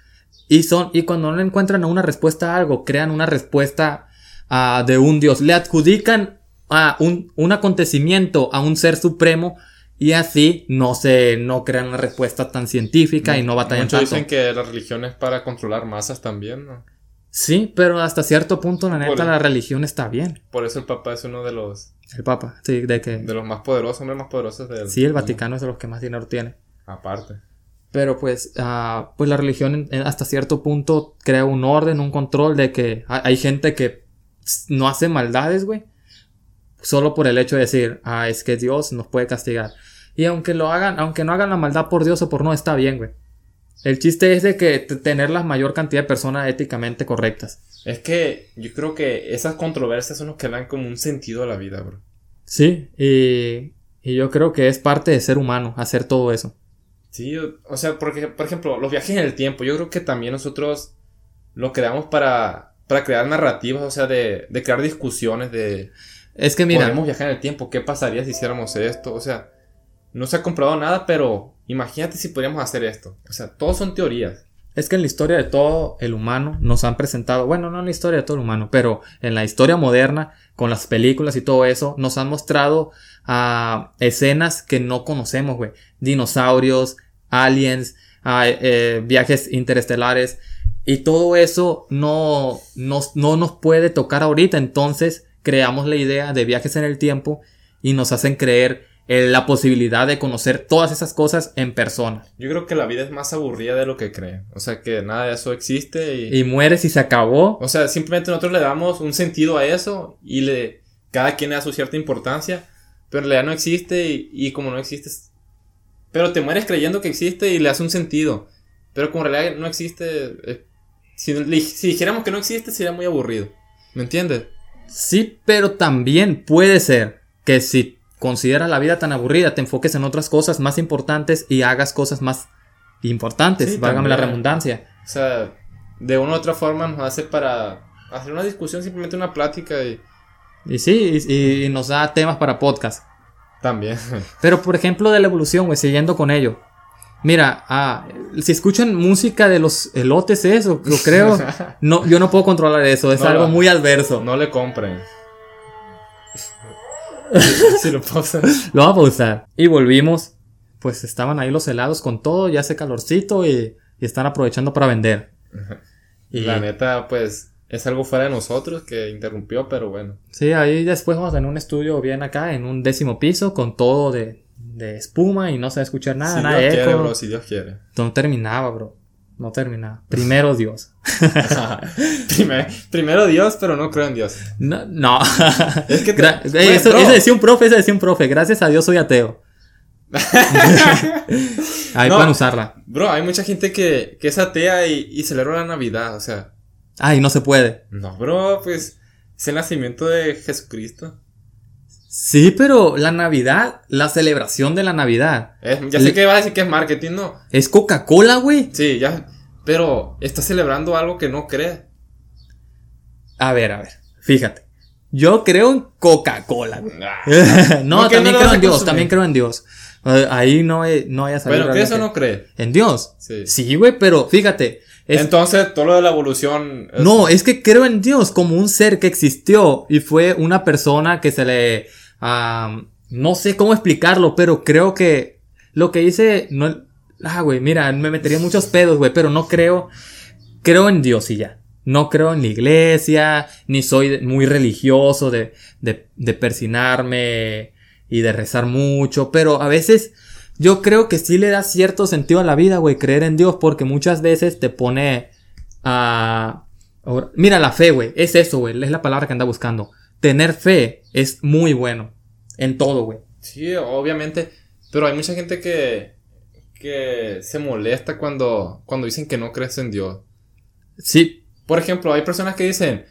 Speaker 1: Y, son, y cuando no le encuentran a una respuesta a algo, crean una respuesta ah, de un Dios. Le adjudican a un, un acontecimiento a un ser supremo y así no se no crean una respuesta tan científica y no batallan
Speaker 2: Muchos
Speaker 1: tanto.
Speaker 2: dicen que la religión es para controlar masas también, ¿no?
Speaker 1: Sí, pero hasta cierto punto, la neta,
Speaker 2: Por-
Speaker 1: la religión está bien.
Speaker 2: Por eso el Papa es uno de los
Speaker 1: El Papa, sí, de que.
Speaker 2: de los más poderosos, hombres más poderosos del
Speaker 1: Sí, el
Speaker 2: mundo.
Speaker 1: Vaticano es de los que más dinero tiene.
Speaker 2: Aparte.
Speaker 1: Pero pues, ah, pues la religión en- en- hasta cierto punto crea un orden, un control de que ha- hay gente que ps, no hace maldades, güey. Solo por el hecho de decir, ah, es que Dios nos puede castigar. Y aunque lo hagan, aunque no hagan la maldad por Dios o por no, está bien, güey. El chiste es de que t- tener la mayor cantidad de personas éticamente correctas.
Speaker 2: Es que yo creo que esas controversias son los que dan como un sentido a la vida, bro.
Speaker 1: Sí, y, y yo creo que es parte de ser humano hacer todo eso.
Speaker 2: Sí, yo- o sea, porque, por ejemplo, los viajes en el tiempo, yo creo que también nosotros lo creamos para, para crear narrativas, o sea, de, de crear discusiones, de,
Speaker 1: Es que mira,
Speaker 2: podemos viajar en el tiempo, ¿qué pasaría si hiciéramos esto? O sea, no se ha comprobado nada, pero imagínate si podríamos hacer esto. O sea, todos son teorías.
Speaker 1: Es que en la historia de todo el humano nos han presentado, bueno, no en la historia de todo el humano, pero en la historia moderna, con las películas y todo eso, nos han mostrado ah, escenas que no conocemos, güey. Dinosaurios, aliens, ah, eh, viajes interestelares. Y todo eso no nos, no nos puede tocar ahorita. Entonces creamos la idea de viajes en el tiempo y nos hacen creer eh, la posibilidad de conocer todas esas cosas en persona.
Speaker 2: Yo creo que la vida es más aburrida de lo que creen. O sea, que nada de eso existe y...
Speaker 1: Y mueres y se acabó.
Speaker 2: O sea, simplemente nosotros le damos un sentido a eso y le... Cada quien le da su cierta importancia, pero en realidad no existe y, y como no existe... es- Pero te mueres creyendo que existe y le das un sentido. Pero como en realidad no existe... eh, si, le- si dijéramos que no existe sería muy aburrido. ¿Me entiendes?
Speaker 1: Sí, pero también puede ser que si consideras la vida tan aburrida, te enfoques en otras cosas más importantes y hagas cosas más importantes,
Speaker 2: Sí,
Speaker 1: válgame la
Speaker 2: también.
Speaker 1: redundancia.
Speaker 2: O sea, de una u otra forma nos hace para hacer una discusión, simplemente una plática y
Speaker 1: Y sí, y, y nos da temas para podcast.
Speaker 2: también.
Speaker 1: Pero por ejemplo de la evolución, güey, siguiendo con ello. Mira, ah, si escuchan música de los elotes, eso, yo creo. No, yo no puedo controlar eso, es
Speaker 2: No,
Speaker 1: algo
Speaker 2: no.
Speaker 1: muy adverso.
Speaker 2: No le compren. Si- si lo pasan.
Speaker 1: Lo vamos a pausar. Y volvimos. Pues estaban ahí los helados con todo, ya hace calorcito y, y están aprovechando para vender. Y
Speaker 2: La neta, pues, es algo fuera de nosotros que interrumpió, pero bueno.
Speaker 1: sí, ahí después vamos a tener un estudio bien acá, en un décimo piso, con todo de, de espuma y no se va a escuchar nada,
Speaker 2: si
Speaker 1: nada eh,
Speaker 2: Dios
Speaker 1: de
Speaker 2: quiere,
Speaker 1: eco.
Speaker 2: bro, si Dios quiere.
Speaker 1: No terminaba, bro. No terminaba. Primero Dios.
Speaker 2: Primer- primero Dios, pero no creo en Dios.
Speaker 1: No, no.
Speaker 2: Es que te-
Speaker 1: Gra- eh,
Speaker 2: Güey,
Speaker 1: eso,
Speaker 2: Pues, bro.
Speaker 1: eso decía un profe, eso decía un profe. Gracias a Dios soy ateo. Ahí
Speaker 2: No.
Speaker 1: pueden usarla.
Speaker 2: Bro, hay mucha gente que, que es atea y, y celebra la Navidad, o sea.
Speaker 1: Ay, no se puede.
Speaker 2: No, bro, pues, es el nacimiento de Jesucristo.
Speaker 1: Sí, pero la Navidad, la celebración de la Navidad,
Speaker 2: Es- ya sé
Speaker 1: Le-
Speaker 2: que va a decir que es marketing, ¿no?
Speaker 1: es Coca-Cola, güey.
Speaker 2: Sí, ya. Pero está celebrando algo que no cree.
Speaker 1: A ver, a ver, fíjate. Yo creo en Coca-Cola, güey. no,
Speaker 2: ¿Por qué
Speaker 1: también
Speaker 2: no lo vas
Speaker 1: creo
Speaker 2: a
Speaker 1: en Dios,
Speaker 2: consumir?
Speaker 1: también creo en Dios. Eh, Ahí no, he- no haya salido.
Speaker 2: Bueno, ¿crees o
Speaker 1: realmente.
Speaker 2: no cree?
Speaker 1: ¿En Dios?
Speaker 2: Sí.
Speaker 1: Sí, güey, pero fíjate. es-
Speaker 2: Entonces, todo lo de la evolución. eh, es-
Speaker 1: No, es que creo en Dios como un ser que existió y fue una persona que se le... am, no sé cómo explicarlo, pero creo que lo que hice... No, ah, güey, mira, me metería en muchos pedos, güey, pero no creo... Creo en Dios y ya. No creo en la iglesia, ni soy de- muy religioso de, de, de persinarme y de rezar mucho, pero a veces yo creo que sí le da cierto sentido a la vida, güey, creer en Dios, porque muchas veces te pone a... ahora- Mira, la fe, güey, es eso, güey, es la palabra que anda buscando. Tener fe es muy bueno en todo, güey.
Speaker 2: Sí, obviamente. Pero hay mucha gente que. que se molesta cuando. cuando dicen que no crees en Dios.
Speaker 1: Sí,
Speaker 2: Por ejemplo, hay personas que dicen.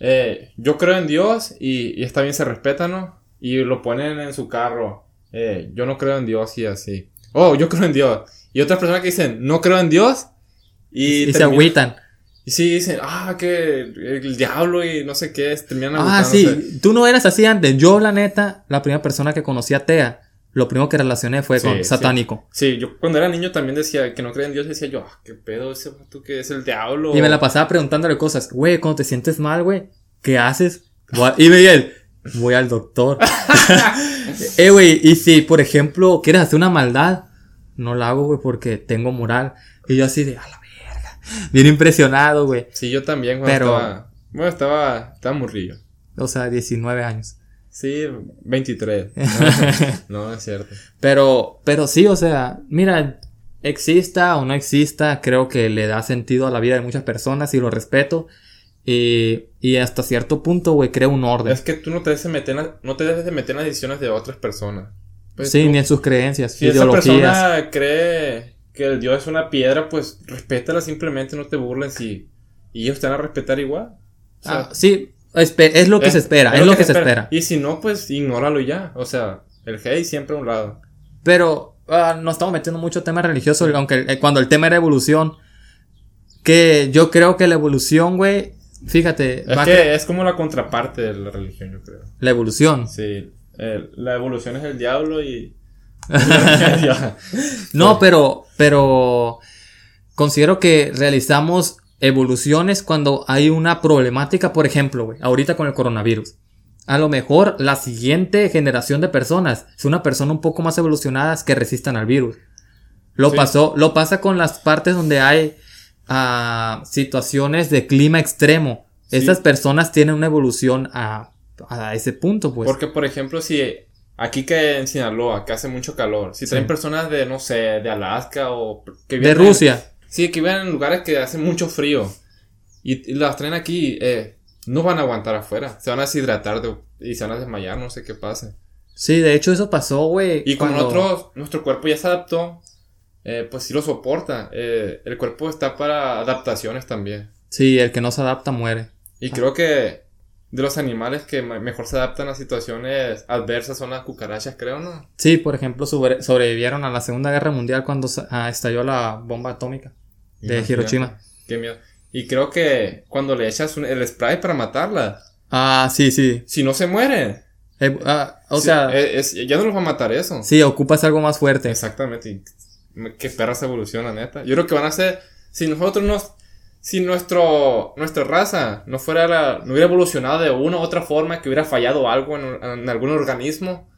Speaker 2: eh, yo creo en Dios y, y está bien, se respetan, ¿no? Y lo ponen en su carro. eh, yo no creo en Dios y así. Oh, yo creo en Dios. Y otras personas que dicen, no creo en Dios.
Speaker 1: y,
Speaker 2: Y,
Speaker 1: se
Speaker 2: terminan-
Speaker 1: agüitan.
Speaker 2: Y sí, dicen, ah, que el diablo y no sé qué, es, terminan
Speaker 1: Ah,
Speaker 2: abusando, o sea,
Speaker 1: sí, tú no eras así antes. Yo, la neta, la primera persona que conocí atea, lo primero que relacioné fue
Speaker 2: Sí,
Speaker 1: con
Speaker 2: sí.
Speaker 1: satánico.
Speaker 2: Sí, yo cuando era niño también decía que no creía en Dios, decía yo, ah, qué pedo ese tú que es el diablo.
Speaker 1: Y me la pasaba preguntándole cosas. Güey, cuando te sientes mal, güey, ¿qué haces? Voy a- Y Miguel, voy al doctor. eh, güey, y si, por ejemplo, quieres hacer una maldad, no la hago, güey, porque tengo moral. Y yo así de, a la verga. Bien impresionado, güey.
Speaker 2: Sí, yo también cuando
Speaker 1: Pero-
Speaker 2: estaba, bueno, estaba, estaba morrillo.
Speaker 1: O sea, 19 años.
Speaker 2: Sí, 23. No, no es cierto.
Speaker 1: Pero, pero sí, o sea, mira, exista o no exista, creo que le da sentido a la vida de muchas personas y lo respeto. Y, y hasta cierto punto, güey, creo un orden.
Speaker 2: Es que tú no te debes de meter en las, no te debes de meter en las decisiones de otras personas. Pues
Speaker 1: sí,
Speaker 2: tú-
Speaker 1: ni en sus creencias,
Speaker 2: si esa
Speaker 1: ideologías.
Speaker 2: persona cree que el Dios es una piedra, pues respétala simplemente, no te burles y, y ellos te van a respetar igual. O sea,
Speaker 1: Ah, sí, espe- es lo que se espera, es, lo que, se espera.
Speaker 2: Y si no, pues ignóralo y ya. O sea, el hate siempre a un lado.
Speaker 1: Pero ah, no estamos metiendo mucho tema religioso, aunque eh, cuando el tema era evolución, que yo creo que la evolución, güey, fíjate,
Speaker 2: Es
Speaker 1: va-
Speaker 2: que es como la contraparte de la religión, yo creo.
Speaker 1: la evolución.
Speaker 2: Sí, eh, la evolución es el diablo y. sí,
Speaker 1: No, pero, pero considero que realizamos evoluciones cuando hay una problemática, por ejemplo, güey, ahorita con el coronavirus. A lo mejor la siguiente generación de personas es una persona un poco más evolucionadas que resistan al virus. Lo
Speaker 2: Sí.
Speaker 1: pasó, lo pasa con las partes donde hay ah, situaciones de clima extremo.
Speaker 2: Sí.
Speaker 1: Estas personas tienen una evolución a, a ese punto, pues.
Speaker 2: Porque, por ejemplo, si aquí que en Sinaloa, que hace mucho calor, si traen
Speaker 1: Sí.
Speaker 2: personas de, no sé, de Alaska o. Que
Speaker 1: de
Speaker 2: viven-
Speaker 1: Rusia.
Speaker 2: Sí, que viven en lugares que hace mucho frío y, y las traen aquí, eh, no van a aguantar afuera. Se van a deshidratar de- y se van a desmayar, no sé qué pase.
Speaker 1: Sí, de hecho eso pasó, güey.
Speaker 2: Y como
Speaker 1: cuando-
Speaker 2: nosotros, nuestro cuerpo ya se adaptó, eh, pues sí lo soporta. Eh, el cuerpo está para adaptaciones también.
Speaker 1: Sí, el que no se adapta muere.
Speaker 2: Y creo que de los animales que me- mejor se adaptan a situaciones adversas son las cucarachas, creo, ¿no?
Speaker 1: Sí, por ejemplo, sobre- sobrevivieron a la Segunda Guerra Mundial cuando sa- ah, estalló la bomba atómica de
Speaker 2: Imagínate.
Speaker 1: Hiroshima.
Speaker 2: Qué miedo. Y creo que cuando le echas un- el spray para matarla,
Speaker 1: Ah, sí, sí.
Speaker 2: si no se muere,
Speaker 1: Eh, ah, o
Speaker 2: si-
Speaker 1: sea,
Speaker 2: eh, es- ya no los va a matar eso.
Speaker 1: sí, ocupas algo más fuerte.
Speaker 2: Exactamente. Y Qué perra esa evolución, la neta. Yo creo que van a ser. Si nosotros nos. Si nuestro, nuestra raza no fuera la- no hubiera evolucionado de una u otra forma, que hubiera fallado algo en, un- en algún organismo,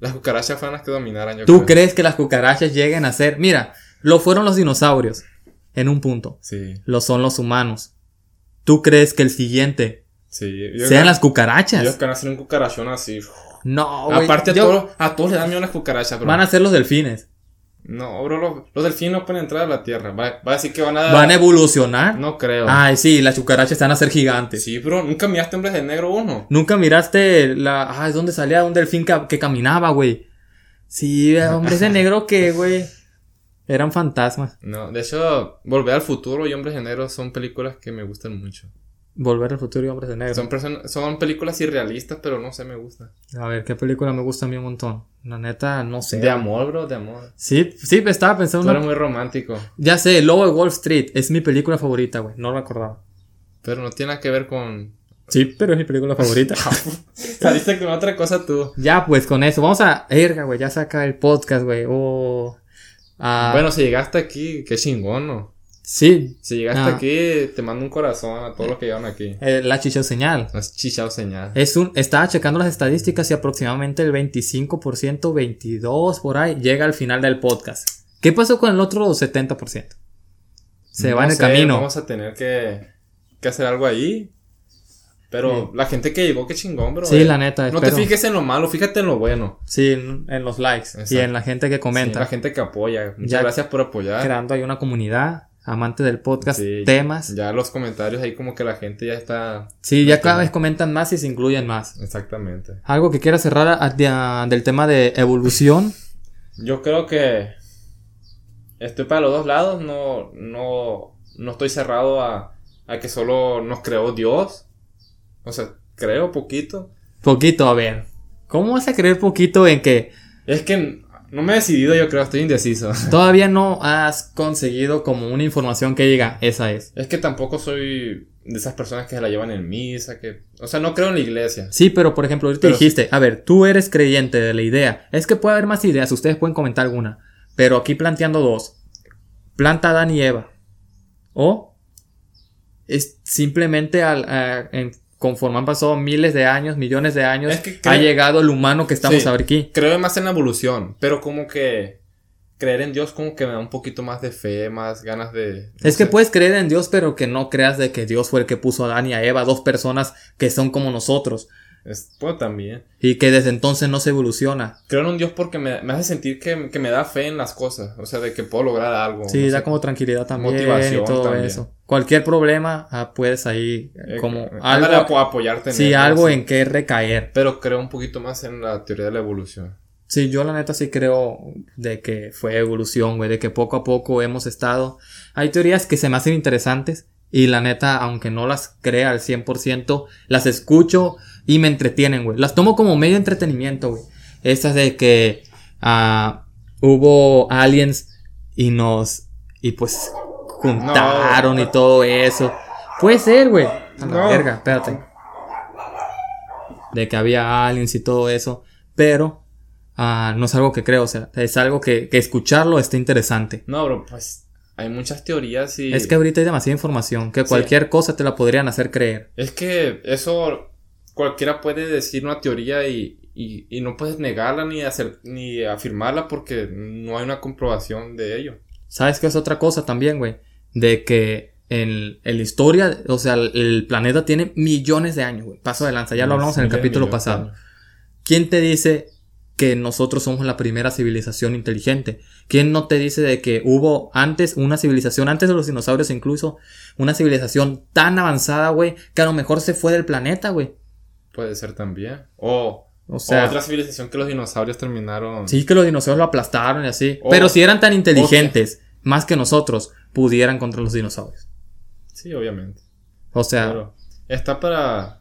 Speaker 2: las cucarachas fueran las que dominaran. Yo
Speaker 1: ¿Tú
Speaker 2: creo.
Speaker 1: crees que las cucarachas lleguen a ser? Mira, lo fueron los dinosaurios en un punto.
Speaker 2: Sí,
Speaker 1: Lo son los humanos. ¿Tú crees que el siguiente
Speaker 2: sí. Yo creo-
Speaker 1: sean las
Speaker 2: yo creo
Speaker 1: cucarachas?
Speaker 2: que van a hacer un cucarachón así.
Speaker 1: No, güey.
Speaker 2: Aparte, a,
Speaker 1: Yo-
Speaker 2: todos, a todos le dan miedo las cucarachas, bro.
Speaker 1: van a ser los delfines.
Speaker 2: No, bro, los, los delfines no pueden entrar a la tierra. Va, va a decir que van a.
Speaker 1: Van a Ah, evolucionar.
Speaker 2: Ah. No creo.
Speaker 1: Ay, sí, las cucarachas van a ser gigantes.
Speaker 2: Sí, bro, nunca miraste hombres de negro uno.
Speaker 1: Nunca miraste la. Ay, ¿dónde salía un delfín ca- que, caminaba, güey? Sí, eh, hombres de negro que, güey. Eran fantasmas.
Speaker 2: No, de hecho, Volver al Futuro y Hombres de Negro son películas que me gustan mucho.
Speaker 1: Volver al futuro y hombres de negro.
Speaker 2: Son, person- son películas irrealistas, pero no sé, me gusta.
Speaker 1: A ver, ¿qué película me gusta a mí un montón? La neta, no sé.
Speaker 2: De amor, bro, de amor.
Speaker 1: Sí, sí, estaba pensando.
Speaker 2: Tú
Speaker 1: en una-
Speaker 2: eres muy romántico,
Speaker 1: Ya sé, Lobo de Wall Street es mi película favorita, güey. No lo acordaba.
Speaker 2: pero no tiene nada que ver con...
Speaker 1: Sí, pero es mi película favorita.
Speaker 2: Saliste con otra cosa tú.
Speaker 1: ya, pues con eso. Vamos a. Erga, güey. Ya saca el podcast, güey. Oh. Ah,
Speaker 2: Bueno, si llegaste aquí, qué chingón, ¿no?
Speaker 1: Sí,
Speaker 2: Si llegaste
Speaker 1: Ah.
Speaker 2: aquí, te mando un corazón a todos los que llegaron aquí.
Speaker 1: eh, la chicha señal.
Speaker 2: Has chichado señal.
Speaker 1: Es un, estaba checando las estadísticas y aproximadamente el 25%, 22% por ahí, llega al final del podcast. ¿Qué pasó con el otro 70%? Se va
Speaker 2: No
Speaker 1: en el
Speaker 2: sé,
Speaker 1: camino.
Speaker 2: Vamos a tener que, que hacer algo ahí. Pero la gente que llegó, qué chingón, bro.
Speaker 1: Sí,
Speaker 2: eh.
Speaker 1: la neta,
Speaker 2: No te
Speaker 1: espero.
Speaker 2: fijes en lo malo, fíjate en lo bueno.
Speaker 1: Sí, en en los likes
Speaker 2: Exacto.
Speaker 1: y en la gente que
Speaker 2: Sí, la
Speaker 1: comenta.
Speaker 2: gente que apoya. Muchas
Speaker 1: Ya-
Speaker 2: gracias por apoyar.
Speaker 1: creando ahí una comunidad, amante del podcast,
Speaker 2: Sí,
Speaker 1: temas.
Speaker 2: Ya los comentarios ahí como que la gente ya está...
Speaker 1: Sí, ya cada vez comentan más y se incluyen más.
Speaker 2: Exactamente.
Speaker 1: Algo que quiera cerrar a- de- a- del tema de evolución.
Speaker 2: Yo creo que estoy para los dos lados. No, no, no estoy cerrado a, a que solo nos creó Dios. O sea, creo poquito.
Speaker 1: Poquito, a ver. ¿Cómo vas a creer poquito en que
Speaker 2: Es que no me he decidido, yo creo, estoy indeciso.
Speaker 1: todavía no has conseguido como una información que diga, esa es?
Speaker 2: Es que tampoco soy de esas personas que se la llevan en misa, que... O sea, no creo en la iglesia.
Speaker 1: Sí, pero por ejemplo, ahorita
Speaker 2: Pero-
Speaker 1: dijiste, a ver, tú eres creyente de la idea. Es que puede haber más ideas, ustedes pueden comentar alguna. Pero aquí planteando dos. Planta Adán y Eva. O es simplemente al, a- en- conforme han pasado miles de años, millones de años,
Speaker 2: Es que
Speaker 1: ha
Speaker 2: creo-
Speaker 1: llegado el humano que estamos
Speaker 2: Sí.
Speaker 1: ahora aquí.
Speaker 2: Creo más en la evolución, pero como que creer en Dios como que me da un poquito más de fe, más ganas de... no
Speaker 1: Es que
Speaker 2: sé.
Speaker 1: puedes creer en Dios, pero que no creas de que Dios fue el que puso a Adán y a Eva, dos personas que son como nosotros,
Speaker 2: Es- puedo también.
Speaker 1: y que desde entonces no se evoluciona.
Speaker 2: Creo en un Dios porque me, me hace sentir que, que me da fe en las cosas, o sea, de que puedo lograr algo.
Speaker 1: Sí,
Speaker 2: no
Speaker 1: da
Speaker 2: sé.
Speaker 1: como tranquilidad también
Speaker 2: Motivación
Speaker 1: y todo
Speaker 2: también.
Speaker 1: eso. Cualquier problema, ah, puedes ahí eh,
Speaker 2: Eh,
Speaker 1: como
Speaker 2: ándale a
Speaker 1: algo,
Speaker 2: po- apoyarte en
Speaker 1: sí,
Speaker 2: él,
Speaker 1: algo
Speaker 2: así.
Speaker 1: en qué recaer.
Speaker 2: Pero creo un poquito más en la teoría de la evolución.
Speaker 1: Sí, yo la neta sí creo de que fue evolución, güey, de que poco a poco hemos estado. Hay teorías que se me hacen interesantes y la neta, aunque no las crea al 100%, las escucho y me entretienen, güey. Las tomo como medio entretenimiento, güey. Esas de que ah, hubo aliens y nos... y pues juntaron y todo eso. Puede ser, güey. A la
Speaker 2: No.
Speaker 1: verga, espérate. De que había aliens y todo eso. Pero ah, no es algo que creo, o sea, es algo que, que escucharlo está interesante.
Speaker 2: No, bro, pues hay muchas teorías y...
Speaker 1: Es que ahorita hay demasiada información, que
Speaker 2: Sí.
Speaker 1: cualquier cosa te la podrían hacer creer.
Speaker 2: Es que eso cualquiera puede decir una teoría y, y- y no puedes negarla ni, hacer, ni afirmarla porque no hay una comprobación de ello.
Speaker 1: ¿Sabes qué es otra cosa también, güey? De que en, en la historia, o sea, el, el planeta tiene millones de años, güey. Paso de lanza, ya lo hablamos en el
Speaker 2: Miles de
Speaker 1: capítulo
Speaker 2: millones,
Speaker 1: pasado.
Speaker 2: claro.
Speaker 1: ¿Quién te dice que nosotros somos la primera civilización inteligente? ¿Quién no te dice de que hubo antes una civilización, antes de los dinosaurios incluso, una civilización tan avanzada, güey, que a lo mejor se fue del planeta, güey?
Speaker 2: Puede ser también. O,
Speaker 1: O
Speaker 2: o
Speaker 1: sea,
Speaker 2: otra civilización que los dinosaurios terminaron.
Speaker 1: sí que los dinosaurios lo aplastaron y así.
Speaker 2: O-
Speaker 1: pero si eran tan inteligentes, más que nosotros, pudieran contra los dinosaurios.
Speaker 2: Sí, obviamente.
Speaker 1: O sea,
Speaker 2: Claro. Está para.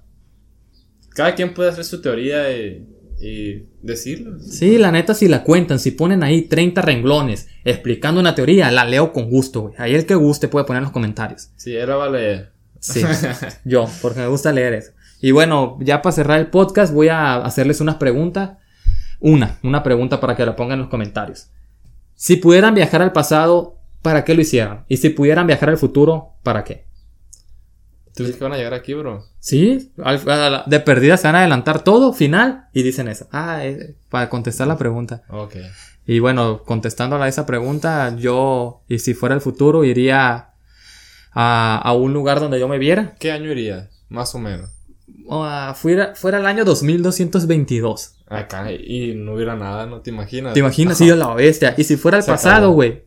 Speaker 2: Cada quien puede hacer su teoría y, y decirlo.
Speaker 1: sí, la neta, si la cuentan, si ponen ahí 30 renglones explicando una teoría, la leo con gusto, güey. Ahí el que guste puede poner en los comentarios.
Speaker 2: Sí, era vale.
Speaker 1: Sí, yo, porque me gusta leer eso. Y bueno, ya para cerrar el podcast voy a hacerles unas preguntas. Una, una pregunta para que la pongan en los comentarios. Si pudieran viajar al pasado, ¿para qué lo hicieran? Y si pudieran viajar al futuro, ¿para qué?
Speaker 2: ¿Tú dices que van a llegar aquí, bro?
Speaker 1: Sí, al- a la- de perdida se van a adelantar todo, final, y dicen eso. Ah, eh, para contestar la pregunta.
Speaker 2: Ok.
Speaker 1: Y bueno, contestando a esa pregunta, yo, y si fuera el futuro, iría a, a un lugar donde yo me viera.
Speaker 2: ¿Qué año iría? Más o menos.
Speaker 1: O a- Ah, fuera, fuera el año 2222.
Speaker 2: Acá y no hubiera nada, ¿no te imaginas?
Speaker 1: ¿Te imaginas? Sí, a la bestia. Y si fuera el
Speaker 2: Se
Speaker 1: pasado,
Speaker 2: acabó.
Speaker 1: güey,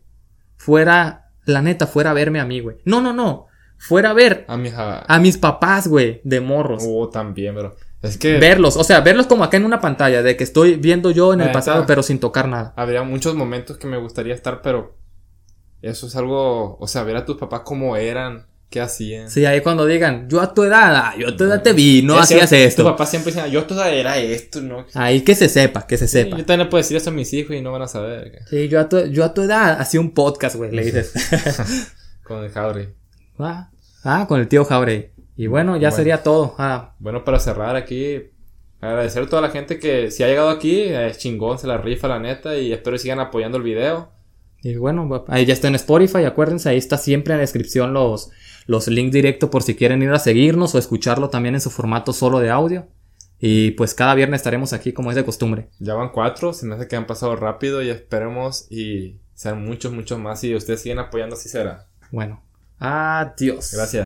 Speaker 1: fuera, la neta, fuera a verme a mí, güey. No, no, no. Fuera a ver
Speaker 2: A mi hija.
Speaker 1: a mis papás, güey, de morros.
Speaker 2: Oh, Ah, también, bro. Es que
Speaker 1: Verlos, o sea, verlos como acá en una pantalla, de que estoy viendo yo en el
Speaker 2: Ahí
Speaker 1: pasado,
Speaker 2: está.
Speaker 1: pero sin tocar nada.
Speaker 2: habría muchos momentos que me gustaría estar, pero eso es algo. O sea, ver a tus papás cómo eran, qué hacían.
Speaker 1: Sí, ahí cuando digan, yo a tu edad, ah, yo a tu edad te vi, no
Speaker 2: Es
Speaker 1: hacías
Speaker 2: cierto, Tu
Speaker 1: esto.
Speaker 2: papá siempre decía, yo toda era esto, ¿no?
Speaker 1: Ahí que se sepa, que se
Speaker 2: Sí,
Speaker 1: sepa.
Speaker 2: Yo también le puedo decir eso a mis hijos y no van a saber. que-
Speaker 1: Sí, yo a tu, yo a tu edad hacía un podcast, güey, le dices.
Speaker 2: Con el Jauri.
Speaker 1: ah, ah, con el tío Jauregui. Y bueno, ya
Speaker 2: Bueno.
Speaker 1: sería todo. Ah,
Speaker 2: Bueno, para cerrar aquí, agradecer a toda la gente que si ha llegado aquí, eh, chingón, se la rifa la neta y espero que sigan apoyando el video.
Speaker 1: Y bueno, va- ahí ya está en Spotify, acuérdense, ahí está siempre en la descripción los, los links directos por si quieren ir a seguirnos o escucharlo también en su formato solo de audio. Y pues cada viernes estaremos aquí como es de costumbre.
Speaker 2: Ya van cuatro, se me hace que han pasado rápido y esperemos y sean muchos, muchos más y ustedes siguen apoyando, así será.
Speaker 1: Bueno, adiós.
Speaker 2: Gracias.